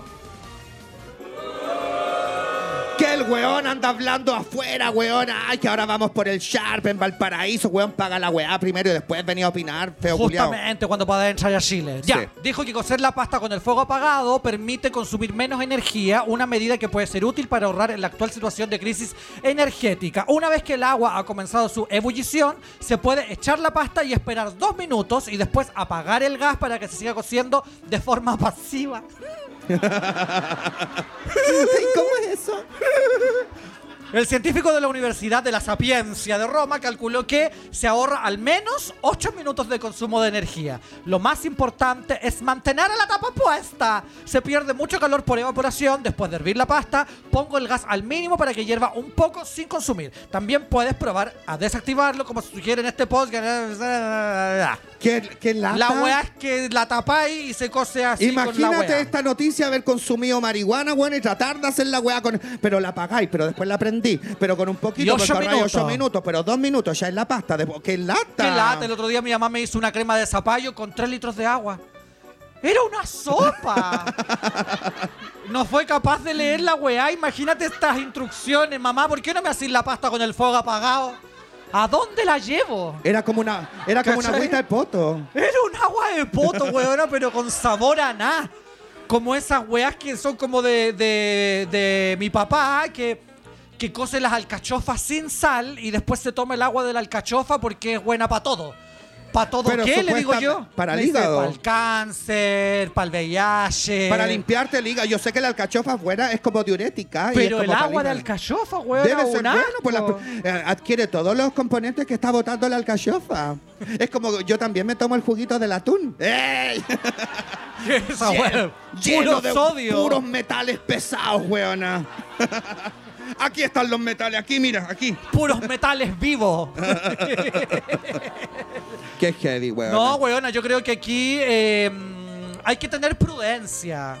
Speaker 4: Que el weón anda hablando afuera, weón. Ay, que ahora vamos por el Sharp en Valparaíso. Weón, paga la weá primero y después venía a opinar, feo culiao.
Speaker 3: Justamente cuando podáis entrar a Chile. Ya,
Speaker 4: Sí.
Speaker 3: dijo que cocer la pasta con el fuego apagado permite consumir menos energía, una medida que puede ser útil para ahorrar en la actual situación de crisis energética. Una vez que el agua ha comenzado su ebullición, se puede echar la pasta y esperar dos minutos y después apagar el gas para que se siga cociendo de forma pasiva.
Speaker 4: ¿Cómo es eso?
Speaker 3: El científico de la Universidad de la Sapiencia de Roma calculó que se ahorra al menos 8 minutos de consumo de energía. Lo más importante es mantener la tapa puesta. Se pierde mucho calor por evaporación. Después de hervir la pasta, pongo el gas al mínimo para que hierva un poco sin consumir. También puedes probar a desactivarlo como se sugiere en este podcast.
Speaker 4: ¿Qué, qué lata?
Speaker 3: La weá es que la tapáis y se cose así con la
Speaker 4: Imagínate
Speaker 3: weá.
Speaker 4: esta noticia haber consumido marihuana, weón, y tratar de hacer la weá con. Pero la pagáis, pero después la aprendí. Pero con un
Speaker 3: Y
Speaker 4: poquito,
Speaker 3: ocho
Speaker 4: porque ahorráis ocho
Speaker 3: minutos.
Speaker 4: minutos, pero dos minutos ya es la pasta. Después- ¡Qué lata!
Speaker 3: Qué lata, el otro día mi mamá me hizo una crema de zapallo con 3 litros de agua. Era una sopa. No fue capaz de leer la weá. Imagínate estas instrucciones, mamá. ¿Por qué no me haces la pasta con el fuego apagado? ¿A dónde la llevo?
Speaker 4: Era como una, era como una
Speaker 3: ¿Cachai?
Speaker 4: agüita de poto.
Speaker 3: Era un agua de poto, weona, pero con sabor a nada. Como esas weas que son como de, de, de mi papá, que, que cose las alcachofas sin sal y después se toma el agua de la alcachofa porque es buena para todo. ¿Para todo
Speaker 4: Pero
Speaker 3: qué? Le digo
Speaker 4: supuesta-
Speaker 3: yo.
Speaker 4: para el hígado.
Speaker 3: Para el cáncer, para el VIH.
Speaker 4: Para limpiarte el hígado. Yo sé que la alcachofa es buena, es como diurética. y es
Speaker 3: Pero
Speaker 4: como
Speaker 3: el
Speaker 4: para
Speaker 3: agua de
Speaker 4: limpiar.
Speaker 3: alcachofa, weona,
Speaker 4: Debe ser
Speaker 3: un
Speaker 4: bueno, pues la-
Speaker 3: asco.
Speaker 4: eh, adquiere todos los componentes que está botando la alcachofa. es como yo también me tomo el juguito del atún. ¡Ey!
Speaker 3: Esa wea,
Speaker 4: Lleno
Speaker 3: Puro
Speaker 4: de
Speaker 3: sodio.
Speaker 4: puros metales pesados, weona. aquí están los metales, aquí, mira, aquí.
Speaker 3: Puros metales vivos.
Speaker 4: Qué heavy, weona.
Speaker 3: No, weona, yo creo que aquí eh, mm, hay que tener prudencia.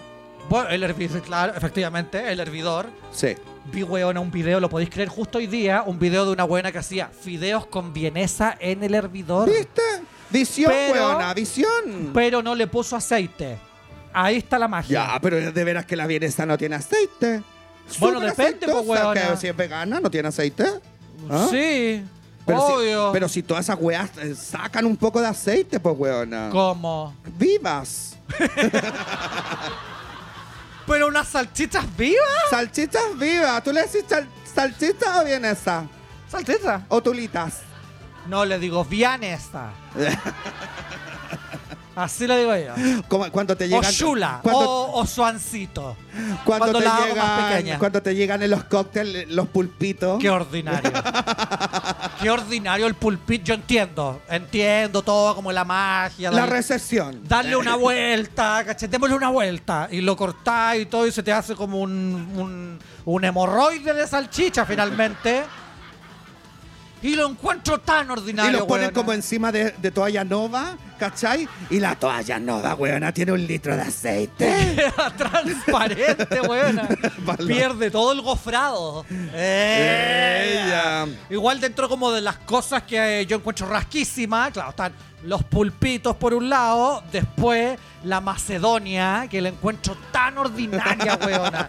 Speaker 3: Bueno, el hervidor, claro, efectivamente, el hervidor.
Speaker 4: Sí.
Speaker 3: Vi, weona, un video, lo podéis creer, justo hoy día, un video de una buena que hacía fideos con vienesa en el hervidor,
Speaker 4: ¿Viste? Visión,
Speaker 3: Pero-
Speaker 4: weona, visión.
Speaker 3: pero no le puso aceite. Ahí está la magia.
Speaker 4: Ya, pero de veras que la vienesa no tiene aceite.
Speaker 3: Bueno,
Speaker 4: Súper
Speaker 3: depende, pues,
Speaker 4: aceitosa,
Speaker 3: huevona.
Speaker 4: que Si es vegana, no tiene aceite. ¿Ah?
Speaker 3: Sí.
Speaker 4: Pero
Speaker 3: Obvio.
Speaker 4: Si, pero si todas esas weas eh, sacan un poco de aceite, pues weona.
Speaker 3: ¿Cómo?
Speaker 4: Vivas.
Speaker 3: ¿Pero unas salchichas vivas?
Speaker 4: Salchichas vivas. ¿Tú le decís sal- salchichas o vienesa?
Speaker 3: ¿Salchichas?
Speaker 4: ¿O tulitas?
Speaker 3: No, le digo vianesta. Así le digo yo.
Speaker 4: Como Cuando te
Speaker 3: O
Speaker 4: llegan.
Speaker 3: chula.
Speaker 4: cuando-
Speaker 3: O, o suancito.
Speaker 4: cuando
Speaker 3: cuando
Speaker 4: te
Speaker 3: la hago
Speaker 4: llegan,
Speaker 3: más pequeña.
Speaker 4: Cuando te llegan en los cócteles los pulpitos.
Speaker 3: Qué ordinario. Qué ordinario el pulpit. Yo entiendo. Entiendo todo como la magia.
Speaker 4: la
Speaker 3: del-
Speaker 4: recesión.
Speaker 3: darle una vuelta, ¿cachai? Démosle una vuelta. Y lo cortás y todo, y se te hace como un, un, un hemorroide de salchicha finalmente. Y lo encuentro tan
Speaker 4: Y
Speaker 3: ordinario.
Speaker 4: los ponen
Speaker 3: weona.
Speaker 4: como encima de, de toalla nova, ¿cachai? Y la toalla nova, weona, tiene un litro de aceite.
Speaker 3: Queda transparente, weona.
Speaker 4: Valor.
Speaker 3: Pierde todo el gofrado. Eh.
Speaker 4: Ella.
Speaker 3: Igual dentro como de las cosas que eh, yo encuentro rasquísimas, claro, están los pulpitos por un lado, después la macedonia, que la encuentro tan ordinaria, weona.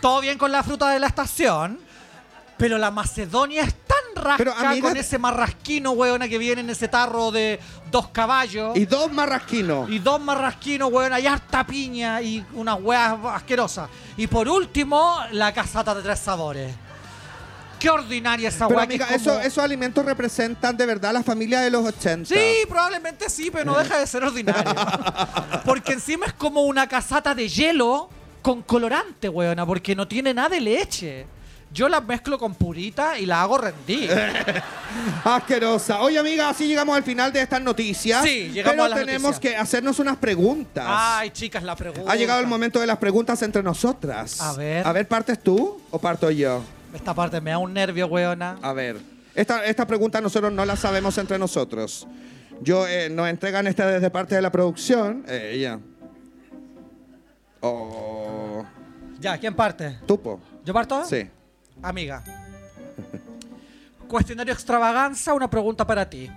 Speaker 3: Todo bien con la fruta de la estación, pero la macedonia es tan rasca
Speaker 4: Pero, amiga-
Speaker 3: con ese marrasquino, weona, que viene en ese tarro de dos caballos.
Speaker 4: Y dos marrasquinos.
Speaker 3: Y dos marrasquinos, weón, y harta piña y unas weas asquerosas. Y por último, la casata de tres sabores. Qué ordinaria esa
Speaker 4: Pero
Speaker 3: wea. que
Speaker 4: amiga,
Speaker 3: es como-
Speaker 4: eso- esos alimentos representan de verdad la familia de los 80.
Speaker 3: Sí, probablemente sí, pero no deja de ser ordinario. Porque encima es como una casata de hielo con colorante, weona, porque no tiene nada de leche. Yo la mezclo con purita y la hago rendir.
Speaker 4: Asquerosa. Oye, amiga, así llegamos al final de estas noticias.
Speaker 3: Sí, llegamos
Speaker 4: Pero
Speaker 3: a las
Speaker 4: tenemos
Speaker 3: noticias.
Speaker 4: que hacernos unas preguntas.
Speaker 3: Ay, chicas, la pregunta.
Speaker 4: ha llegado el momento de las preguntas entre nosotras.
Speaker 3: A ver.
Speaker 4: A ver, ¿partes tú o parto yo?
Speaker 3: Esta parte me da un nervio, weona.
Speaker 4: A ver. Esta, esta pregunta nosotros no la sabemos entre nosotros. Yo, eh, nos entregan esta desde parte de la producción. Eh, ella. O.
Speaker 3: Ya, ¿quién parte?
Speaker 4: Tupo.
Speaker 3: ¿Yo parto?
Speaker 4: Sí.
Speaker 3: Amiga. Cuestionario extravaganza, una pregunta para ti.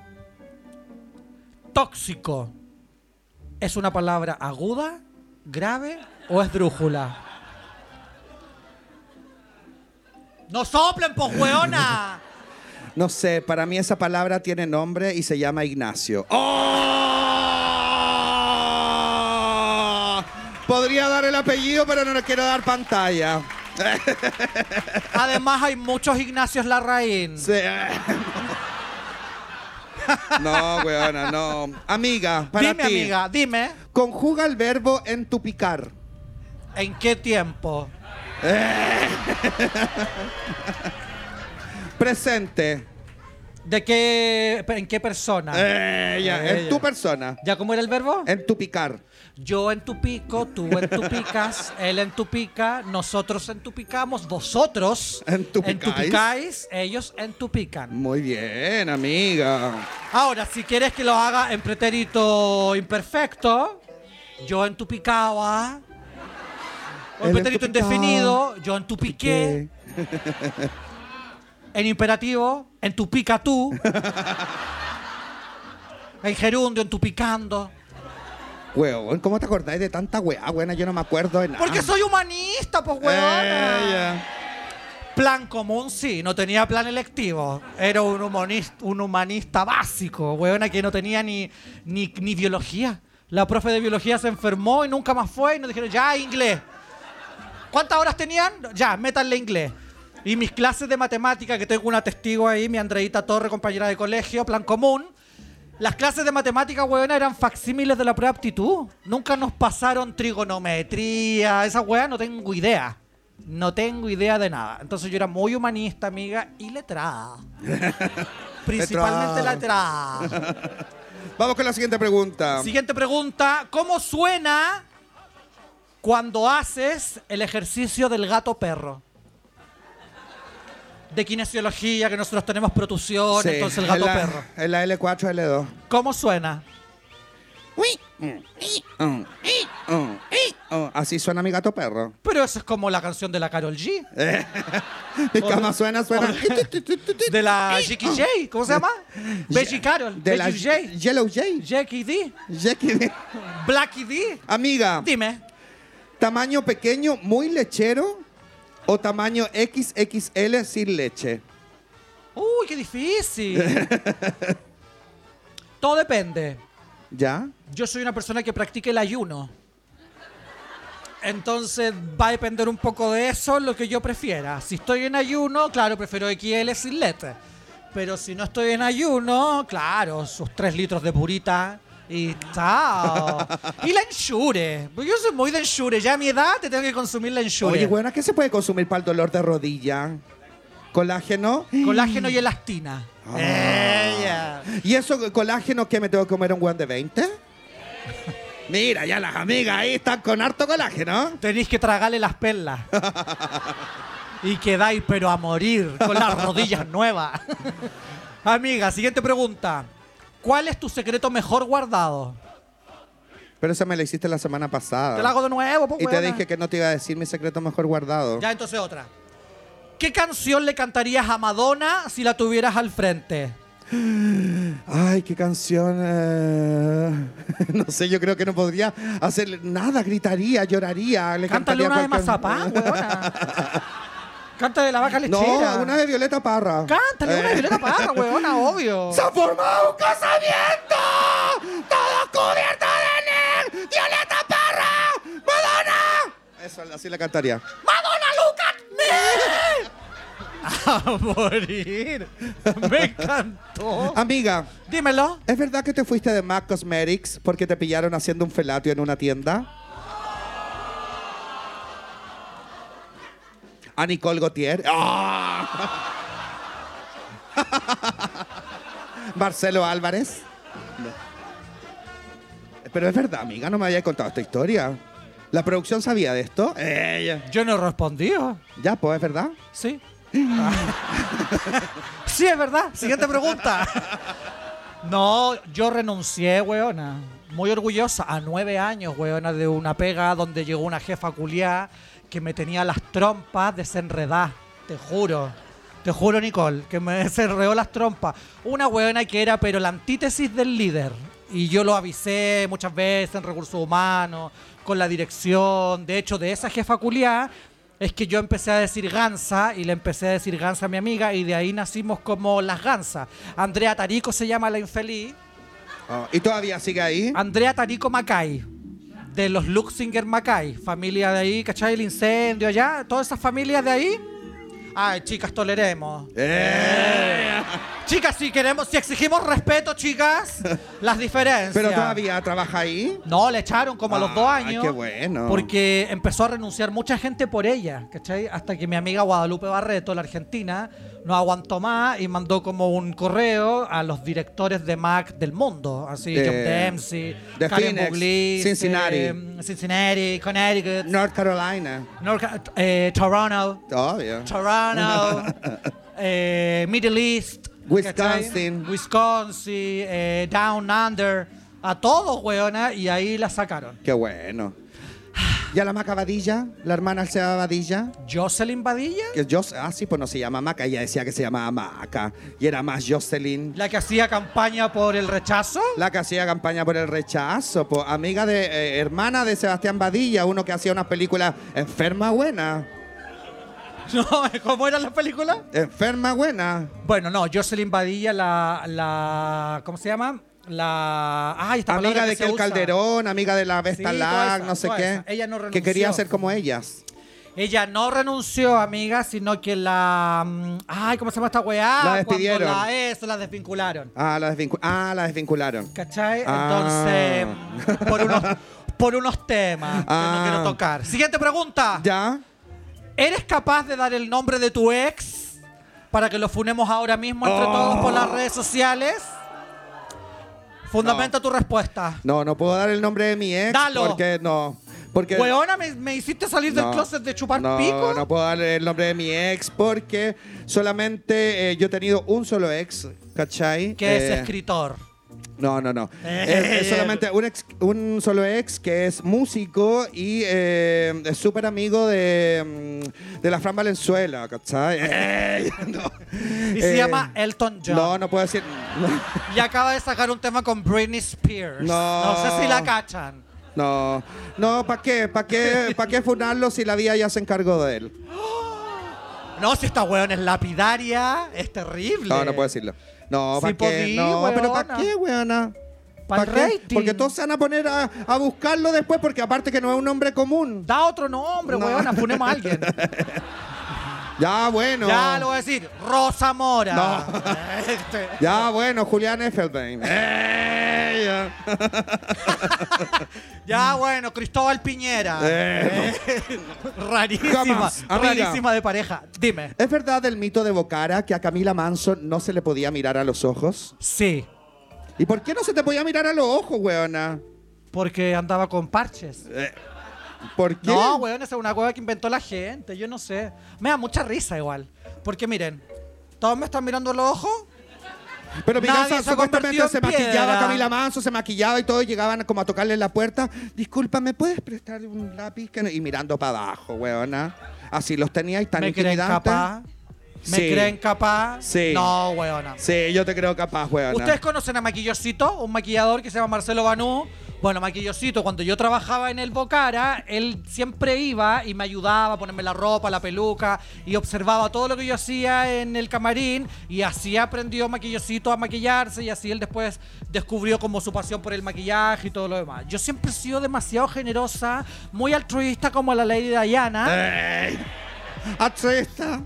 Speaker 3: Tóxico. ¿Es una palabra aguda, grave o es drújula? ¡No soplen, pues, po, weona!
Speaker 4: No sé, para mí esa palabra tiene nombre y se llama Ignacio. ¡Oh! Podría dar el apellido, pero no le quiero dar pantalla.
Speaker 3: Además, hay muchos Ignacios Larraín.
Speaker 4: Sí. No, weona, no. Amiga, para
Speaker 3: dime,
Speaker 4: ti.
Speaker 3: amiga, dime,
Speaker 4: Conjuga el verbo entupicar.
Speaker 3: ¿en qué tiempo?
Speaker 4: Presente.
Speaker 3: ¿De qué, en qué persona?
Speaker 4: Eh. Ella, en
Speaker 3: Ah. Ella.
Speaker 4: tu persona.
Speaker 3: ¿Ya cómo era el verbo?
Speaker 4: Entupicar.
Speaker 3: Yo en tu pico, tú en tu picas, él en tu pica, nosotros en tu picamos, vosotros
Speaker 4: Entupicáis.
Speaker 3: entupicáis, ellos en tu pican.
Speaker 4: Muy bien, amiga.
Speaker 3: Ahora, si quieres que lo haga en pretérito imperfecto, yo en tu picaba, o en
Speaker 4: Él
Speaker 3: pretérito
Speaker 4: entupicaba,
Speaker 3: indefinido, yo en tu piqué, en imperativo, en tu pica tú, en gerundio, en tu picando.
Speaker 4: Weón, ¿cómo te acordáis de tanta weá, buena? Yo no me acuerdo de nada.
Speaker 3: Porque soy humanista, pues, weona.
Speaker 4: Ella.
Speaker 3: Plan común sí, no tenía plan electivo. Era un humanista, un humanista básico, weona, que no tenía ni, ni, ni biología. La profe de biología se enfermó y nunca más fue y nos dijeron, ya, inglés. ¿Cuántas horas tenían? Ya, métanle inglés. Y mis clases de matemática, que tengo una testigo ahí, mi Andreita Torre, compañera de colegio, plan común. Las clases de matemática, weona, eran facsímiles de la prueba de aptitud. Nunca nos pasaron trigonometría, esa weá, no tengo idea. No tengo idea de nada. Entonces yo era muy humanista, amiga, y letrada. Principalmente letrada.
Speaker 4: Vamos con la siguiente pregunta.
Speaker 3: Siguiente pregunta. ¿Cómo suena cuando haces el ejercicio del gato perro? De kinesiología, que nosotros tenemos protusión,
Speaker 4: Sí,
Speaker 3: entonces el
Speaker 4: es
Speaker 3: gato
Speaker 4: la-
Speaker 3: perro.
Speaker 4: Es la L4, L2.
Speaker 3: ¿Cómo suena?
Speaker 4: Mm. Así suena mi gato perro.
Speaker 3: Pero eso es como la canción de la Carol G.
Speaker 4: Mi cama Eh, suena, suena.
Speaker 3: De la Jackie J. ¿Cómo se llama? Becky Carol.
Speaker 4: De la
Speaker 3: Becky J.
Speaker 4: Yellow J.
Speaker 3: Jackie D.
Speaker 4: Jackie-
Speaker 3: Blackie D.
Speaker 4: Amiga,
Speaker 3: Dime.
Speaker 4: tamaño pequeño, muy lechero o tamaño XXL sin leche.
Speaker 3: Uh, Uy, qué difícil. Todo depende.
Speaker 4: ¿Ya?
Speaker 3: Yo soy una persona que practica el ayuno. Entonces va a depender un poco de eso, lo que yo prefiera. Si estoy en ayuno, claro, prefiero XL sin leche. Pero si no estoy en ayuno, claro, sus tres litros de purita y chao. y la ensure. Porque yo soy muy de ensure. Ya a mi edad te tengo que consumir la ensure.
Speaker 4: Oye, buena, ¿qué se puede consumir para el dolor de rodilla? ¿Colágeno?
Speaker 3: Colágeno y elastina. Eh, Ella.
Speaker 4: ¿Y eso colágeno que me tengo que comer un guan de 20? Mira, ya las amigas ahí están con harto colágeno.
Speaker 3: Tenéis que tragarle las perlas. y quedáis, pero a morir, con las rodillas nuevas. Amiga, siguiente pregunta. ¿Cuál es tu secreto mejor guardado?
Speaker 4: Pero esa me la hiciste la semana pasada.
Speaker 3: Te la hago de nuevo, pues,
Speaker 4: y te
Speaker 3: weona.
Speaker 4: dije que no te iba a decir mi secreto mejor guardado.
Speaker 3: Ya, entonces otra. ¿Qué canción le cantarías a Madonna si la tuvieras al frente?
Speaker 4: Ay, qué canción. eh. no sé, yo creo que no podría hacer nada. Gritaría, lloraría. Le
Speaker 3: Cántale
Speaker 4: cantaría
Speaker 3: una de
Speaker 4: cualquier-
Speaker 3: Mazapán, weona. Cántale la vaca lechera.
Speaker 4: No, una de Eh. Violeta Parra.
Speaker 3: Cántale una de Violeta Parra, weona, obvio.
Speaker 4: ¡Se ha formado un casamiento! ¡Todo cubierto de negro! ¡Violeta Parra! ¡Madonna! Eso, así la cantaría.
Speaker 3: a morir. Me encantó.
Speaker 4: Amiga,
Speaker 3: Dímelo.
Speaker 4: ¿es verdad que te fuiste de MAC Cosmetics porque te pillaron haciendo un felatio en una tienda? A Nicole Gautier. ¡Ah! Marcelo Álvarez. Pero es verdad, amiga, no me había contado esta historia. ¿La producción sabía de esto? Ella.
Speaker 3: Yo no respondí. ¿o?
Speaker 4: Ya, pues, es verdad.
Speaker 3: Sí. sí, es verdad. Siguiente pregunta. No, yo renuncié, weona. Muy orgullosa, a nueve años, weona, de una pega donde llegó una jefa culiá que me tenía las trompas desenredadas. Te juro. Te juro, Nicole, que me desenredó las trompas. Una weona que era, pero la antítesis del líder. Y yo lo avisé muchas veces en recursos humanos, con la dirección. De hecho, de esa jefa culiá es que yo empecé a decir gansa y le empecé a decir gansa a mi amiga y de ahí nacimos como las gansas. Andrea Tarico se llama la infeliz.
Speaker 4: Ah, ¿Y todavía sigue ahí?
Speaker 3: Andrea Tarico Macay, de los Luxinger Macay, familia de ahí, ¿cachai? El incendio allá, todas esas familias de ahí. Ay, chicas, toleremos.
Speaker 4: Eh.
Speaker 3: Chicas, si queremos, si exigimos respeto, chicas, las diferencias.
Speaker 4: ¿Pero todavía trabaja ahí?
Speaker 3: No, le echaron como a los
Speaker 4: Ay,
Speaker 3: dos años.
Speaker 4: Ah, qué bueno.
Speaker 3: Porque empezó a renunciar mucha gente por ella, ¿cachai? Hasta que mi amiga Guadalupe Barreto, la argentina, no aguantó más y mandó como un correo a los directores de Mac del mundo. Así,
Speaker 4: Eh,
Speaker 3: John Dempsey,
Speaker 4: de
Speaker 3: Karen
Speaker 4: Phoenix,
Speaker 3: Buglis,
Speaker 4: Cincinnati.
Speaker 3: eh, Cincinnati, Connecticut,
Speaker 4: North Carolina.
Speaker 3: North Ca- eh, Toronto,
Speaker 4: Todavía.
Speaker 3: Toronto, eh, Middle East,
Speaker 4: Wisconsin.
Speaker 3: ¿cachai? Wisconsin, eh, Down Under, a todos, weona, y ahí la sacaron.
Speaker 4: Qué bueno. ¿Y a la Maca Badilla? ¿La hermana se llama Badilla?
Speaker 3: Jocelyn Badilla,
Speaker 4: Que yo, ah, sí, pues no se llama Maca. Ella decía que se llamaba Maca. Y era más Jocelyn.
Speaker 3: la que hacía campaña por el rechazo.
Speaker 4: La que hacía campaña por el rechazo. Pues, amiga de... eh, hermana de Sebastián Badilla. Uno que hacía unas películas enferma buena.
Speaker 3: No, ¿cómo era la película?
Speaker 4: Enferma buena.
Speaker 3: Bueno, no, Jocelyn Badilla, la, la ¿cómo se llama? La ay, esta palabra
Speaker 4: Amiga
Speaker 3: que
Speaker 4: de
Speaker 3: se
Speaker 4: que el
Speaker 3: usa.
Speaker 4: Calderón, amiga de la Vesta
Speaker 3: Sí, toda
Speaker 4: Lag,
Speaker 3: esa,
Speaker 4: no sé
Speaker 3: toda
Speaker 4: qué.
Speaker 3: esa. Ella no
Speaker 4: Que quería
Speaker 3: renunció.
Speaker 4: ser como ellas.
Speaker 3: Ella no renunció, amiga, sino que la mm, ay, ¿cómo se llama esta weá?
Speaker 4: La
Speaker 3: Cuando
Speaker 4: despidieron.
Speaker 3: la eso la desvincularon.
Speaker 4: Ah, la, desvincu- ah, la desvincularon.
Speaker 3: ¿Cachai?
Speaker 4: Ah.
Speaker 3: Entonces, por unos por unos temas
Speaker 4: Ah.
Speaker 3: que no quiero tocar. Siguiente pregunta.
Speaker 4: ¿Ya?
Speaker 3: ¿Eres capaz de dar el nombre de tu ex para que lo funemos ahora mismo entre
Speaker 4: Oh.
Speaker 3: todos por las redes sociales? Fundamenta tu respuesta.
Speaker 4: No, no puedo dar el nombre de mi ex.
Speaker 3: Dalo.
Speaker 4: Porque no. Porque.
Speaker 3: Weona, me, me hiciste salir
Speaker 4: no,
Speaker 3: del closet de chupar
Speaker 4: no,
Speaker 3: pico.
Speaker 4: No puedo dar el nombre de mi ex porque solamente eh, yo he tenido un solo ex, ¿cachai?
Speaker 3: que es
Speaker 4: Eh,
Speaker 3: escritor.
Speaker 4: No, no, no.
Speaker 3: Eh.
Speaker 4: Es, es solamente un, ex- un solo ex que es músico y eh, es súper amigo de, mm, de la Fran Valenzuela, ¿cachai? Eh, no.
Speaker 3: Y se
Speaker 4: Eh,
Speaker 3: llama Elton John.
Speaker 4: No, no puedo decir.
Speaker 3: Y acaba de sacar un tema con Britney Spears.
Speaker 4: No.
Speaker 3: sé si la cachan.
Speaker 4: No, no, ¿para qué? ¿Para qué, ¿Pa qué funarlo si la vida ya se encargó de él?
Speaker 3: No, si esta weón es lapidaria, es terrible.
Speaker 4: No, no puedo decirlo. No,
Speaker 3: Sí
Speaker 4: ¿para qué?
Speaker 3: podí,
Speaker 4: no, pero
Speaker 3: weona.
Speaker 4: ¿para qué, weona?
Speaker 3: Pa'l
Speaker 4: ¿Pa' qué?
Speaker 3: rating.
Speaker 4: Porque todos se van a poner a, a buscarlo después, porque aparte que no es un nombre común.
Speaker 3: Da otro nombre,
Speaker 4: No.
Speaker 3: weón, ponemos a alguien.
Speaker 4: Ya, bueno.
Speaker 3: Ya lo voy a decir, Rosa Mora.
Speaker 4: No.
Speaker 3: Este.
Speaker 4: Ya, bueno, Julián Effelbein.
Speaker 3: Ya bueno, Cristóbal Piñera. rarísima,
Speaker 4: Jamás,
Speaker 3: Ah,
Speaker 4: amiga.
Speaker 3: rarísima de pareja. Dime.
Speaker 4: ¿Es verdad el mito de Bocara que a Camila Manson no se le podía mirar a los ojos?
Speaker 3: Sí,
Speaker 4: ¿Y por qué no se te podía mirar a los ojos, weona?
Speaker 3: porque andaba con parches.
Speaker 4: ¿Por qué?
Speaker 3: No, weón, esa es una hueá que inventó la gente, yo no sé. Me da mucha risa igual. Porque miren, todos me están mirando los ojos.
Speaker 4: Pero
Speaker 3: Nadie
Speaker 4: Picasso
Speaker 3: se ha convertido
Speaker 4: supuestamente
Speaker 3: en
Speaker 4: se maquillaba,
Speaker 3: piedra.
Speaker 4: Camila Manso se maquillaba y todos llegaban como a tocarle la puerta. Disculpa, ¿me puedes prestar un lápiz? Que no-" Y mirando para abajo, weona. Así los tenía y tan
Speaker 3: ¿Me creen
Speaker 4: intimidante.
Speaker 3: capaz? ¿Me
Speaker 4: Sí.
Speaker 3: creen capaz?
Speaker 4: Sí.
Speaker 3: No, weona.
Speaker 4: Sí, yo te creo capaz, weona.
Speaker 3: ¿Ustedes conocen a Maquillosito? Un maquillador que se llama Marcelo Banú. Bueno, Maquillosito, cuando yo trabajaba en el Bocara, él siempre iba y me ayudaba a ponerme la ropa, la peluca y observaba todo lo que yo hacía en el camarín y así aprendió Maquillosito a maquillarse y así él después descubrió como su pasión por el maquillaje y todo lo demás. Yo siempre he sido demasiado generosa, muy altruista como la Lady Diana.
Speaker 4: Atresta.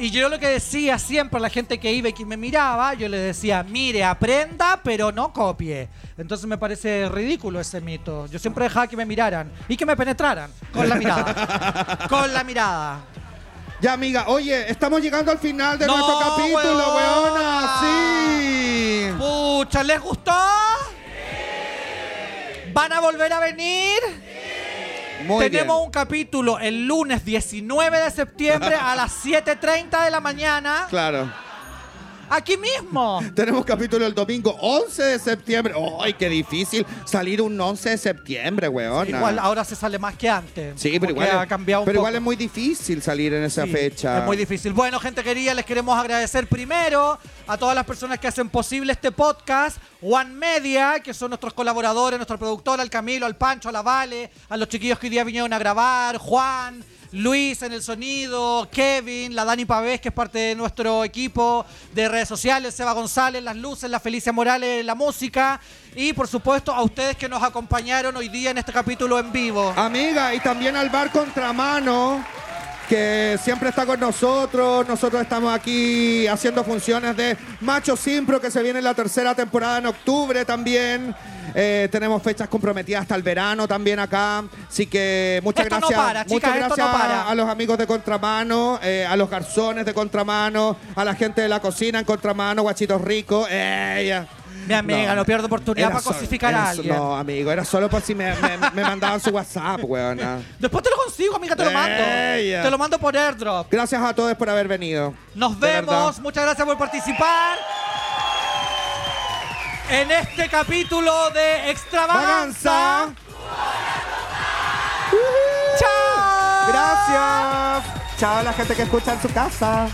Speaker 3: Y yo lo que decía siempre a la gente que iba y que me miraba, yo les decía, mire, aprenda, pero no copie. Entonces me parece ridículo ese mito. Yo siempre dejaba que me miraran y que me penetraran con la mirada. con la mirada.
Speaker 4: Ya, amiga, oye, estamos llegando al final de
Speaker 3: No,
Speaker 4: nuestro capítulo,
Speaker 3: weona.
Speaker 4: weona. Sí.
Speaker 3: Pucha, ¿les gustó? ¿Van a volver a venir?
Speaker 4: Muy
Speaker 3: Tenemos
Speaker 4: bien.
Speaker 3: un capítulo el lunes 19 de septiembre a las 7.30 de la mañana.
Speaker 4: Claro.
Speaker 3: Aquí mismo.
Speaker 4: Tenemos capítulo el domingo 11 de septiembre. ¡Ay, qué difícil salir un 11 de septiembre, weona!
Speaker 3: Igual ahora se sale más que antes.
Speaker 4: Sí,
Speaker 3: Como
Speaker 4: pero igual,
Speaker 3: que
Speaker 4: es-
Speaker 3: ha cambiado un
Speaker 4: pero
Speaker 3: poco.
Speaker 4: igual es muy difícil salir en esa
Speaker 3: Sí,
Speaker 4: fecha.
Speaker 3: Es muy difícil. Bueno, gente querida, les queremos agradecer primero a todas las personas que hacen posible este podcast. One Media, que son nuestros colaboradores, nuestra productora, al Camilo, al Pancho, a la Vale, a los chiquillos que hoy día vinieron a grabar, Juan. Luis en el sonido, Kevin, la Dani Pavés, que es parte de nuestro equipo de redes sociales, Seba González, las luces, la Felicia Morales, la música y por supuesto a ustedes que nos acompañaron hoy día en este capítulo en vivo.
Speaker 4: Ah, Amiga, y también al bar Contramano, que siempre está con nosotros. Nosotros estamos aquí haciendo funciones de Macho Simpro, que se viene la tercera temporada en octubre también. Eh, tenemos fechas comprometidas hasta el verano también acá. Así que muchas
Speaker 3: Esto no
Speaker 4: gracias.
Speaker 3: para,
Speaker 4: muchas
Speaker 3: chicas, esto
Speaker 4: gracias
Speaker 3: no para.
Speaker 4: a los amigos de Contramano, eh, a los garzones de Contramano, a la gente de la cocina en Contramano, Guachitos Ricos.
Speaker 3: Mi amiga, no pierdo oportunidad
Speaker 4: Era
Speaker 3: para
Speaker 4: solo-
Speaker 3: cosificar
Speaker 4: era
Speaker 3: a
Speaker 4: so-
Speaker 3: alguien.
Speaker 4: No, amigo, era solo por si me, me- me mandaban su WhatsApp, weona.
Speaker 3: Después te lo consigo, amiga, te lo mando.
Speaker 4: Ella.
Speaker 3: Te lo mando por airdrop.
Speaker 4: Gracias a todos por haber venido.
Speaker 3: Nos
Speaker 4: De verdad.
Speaker 3: vemos, muchas gracias por participar en este capítulo de Extravaganza.
Speaker 4: Vaganza.
Speaker 3: ¡Chao!
Speaker 4: Gracias. Chao a la gente que escucha en su casa.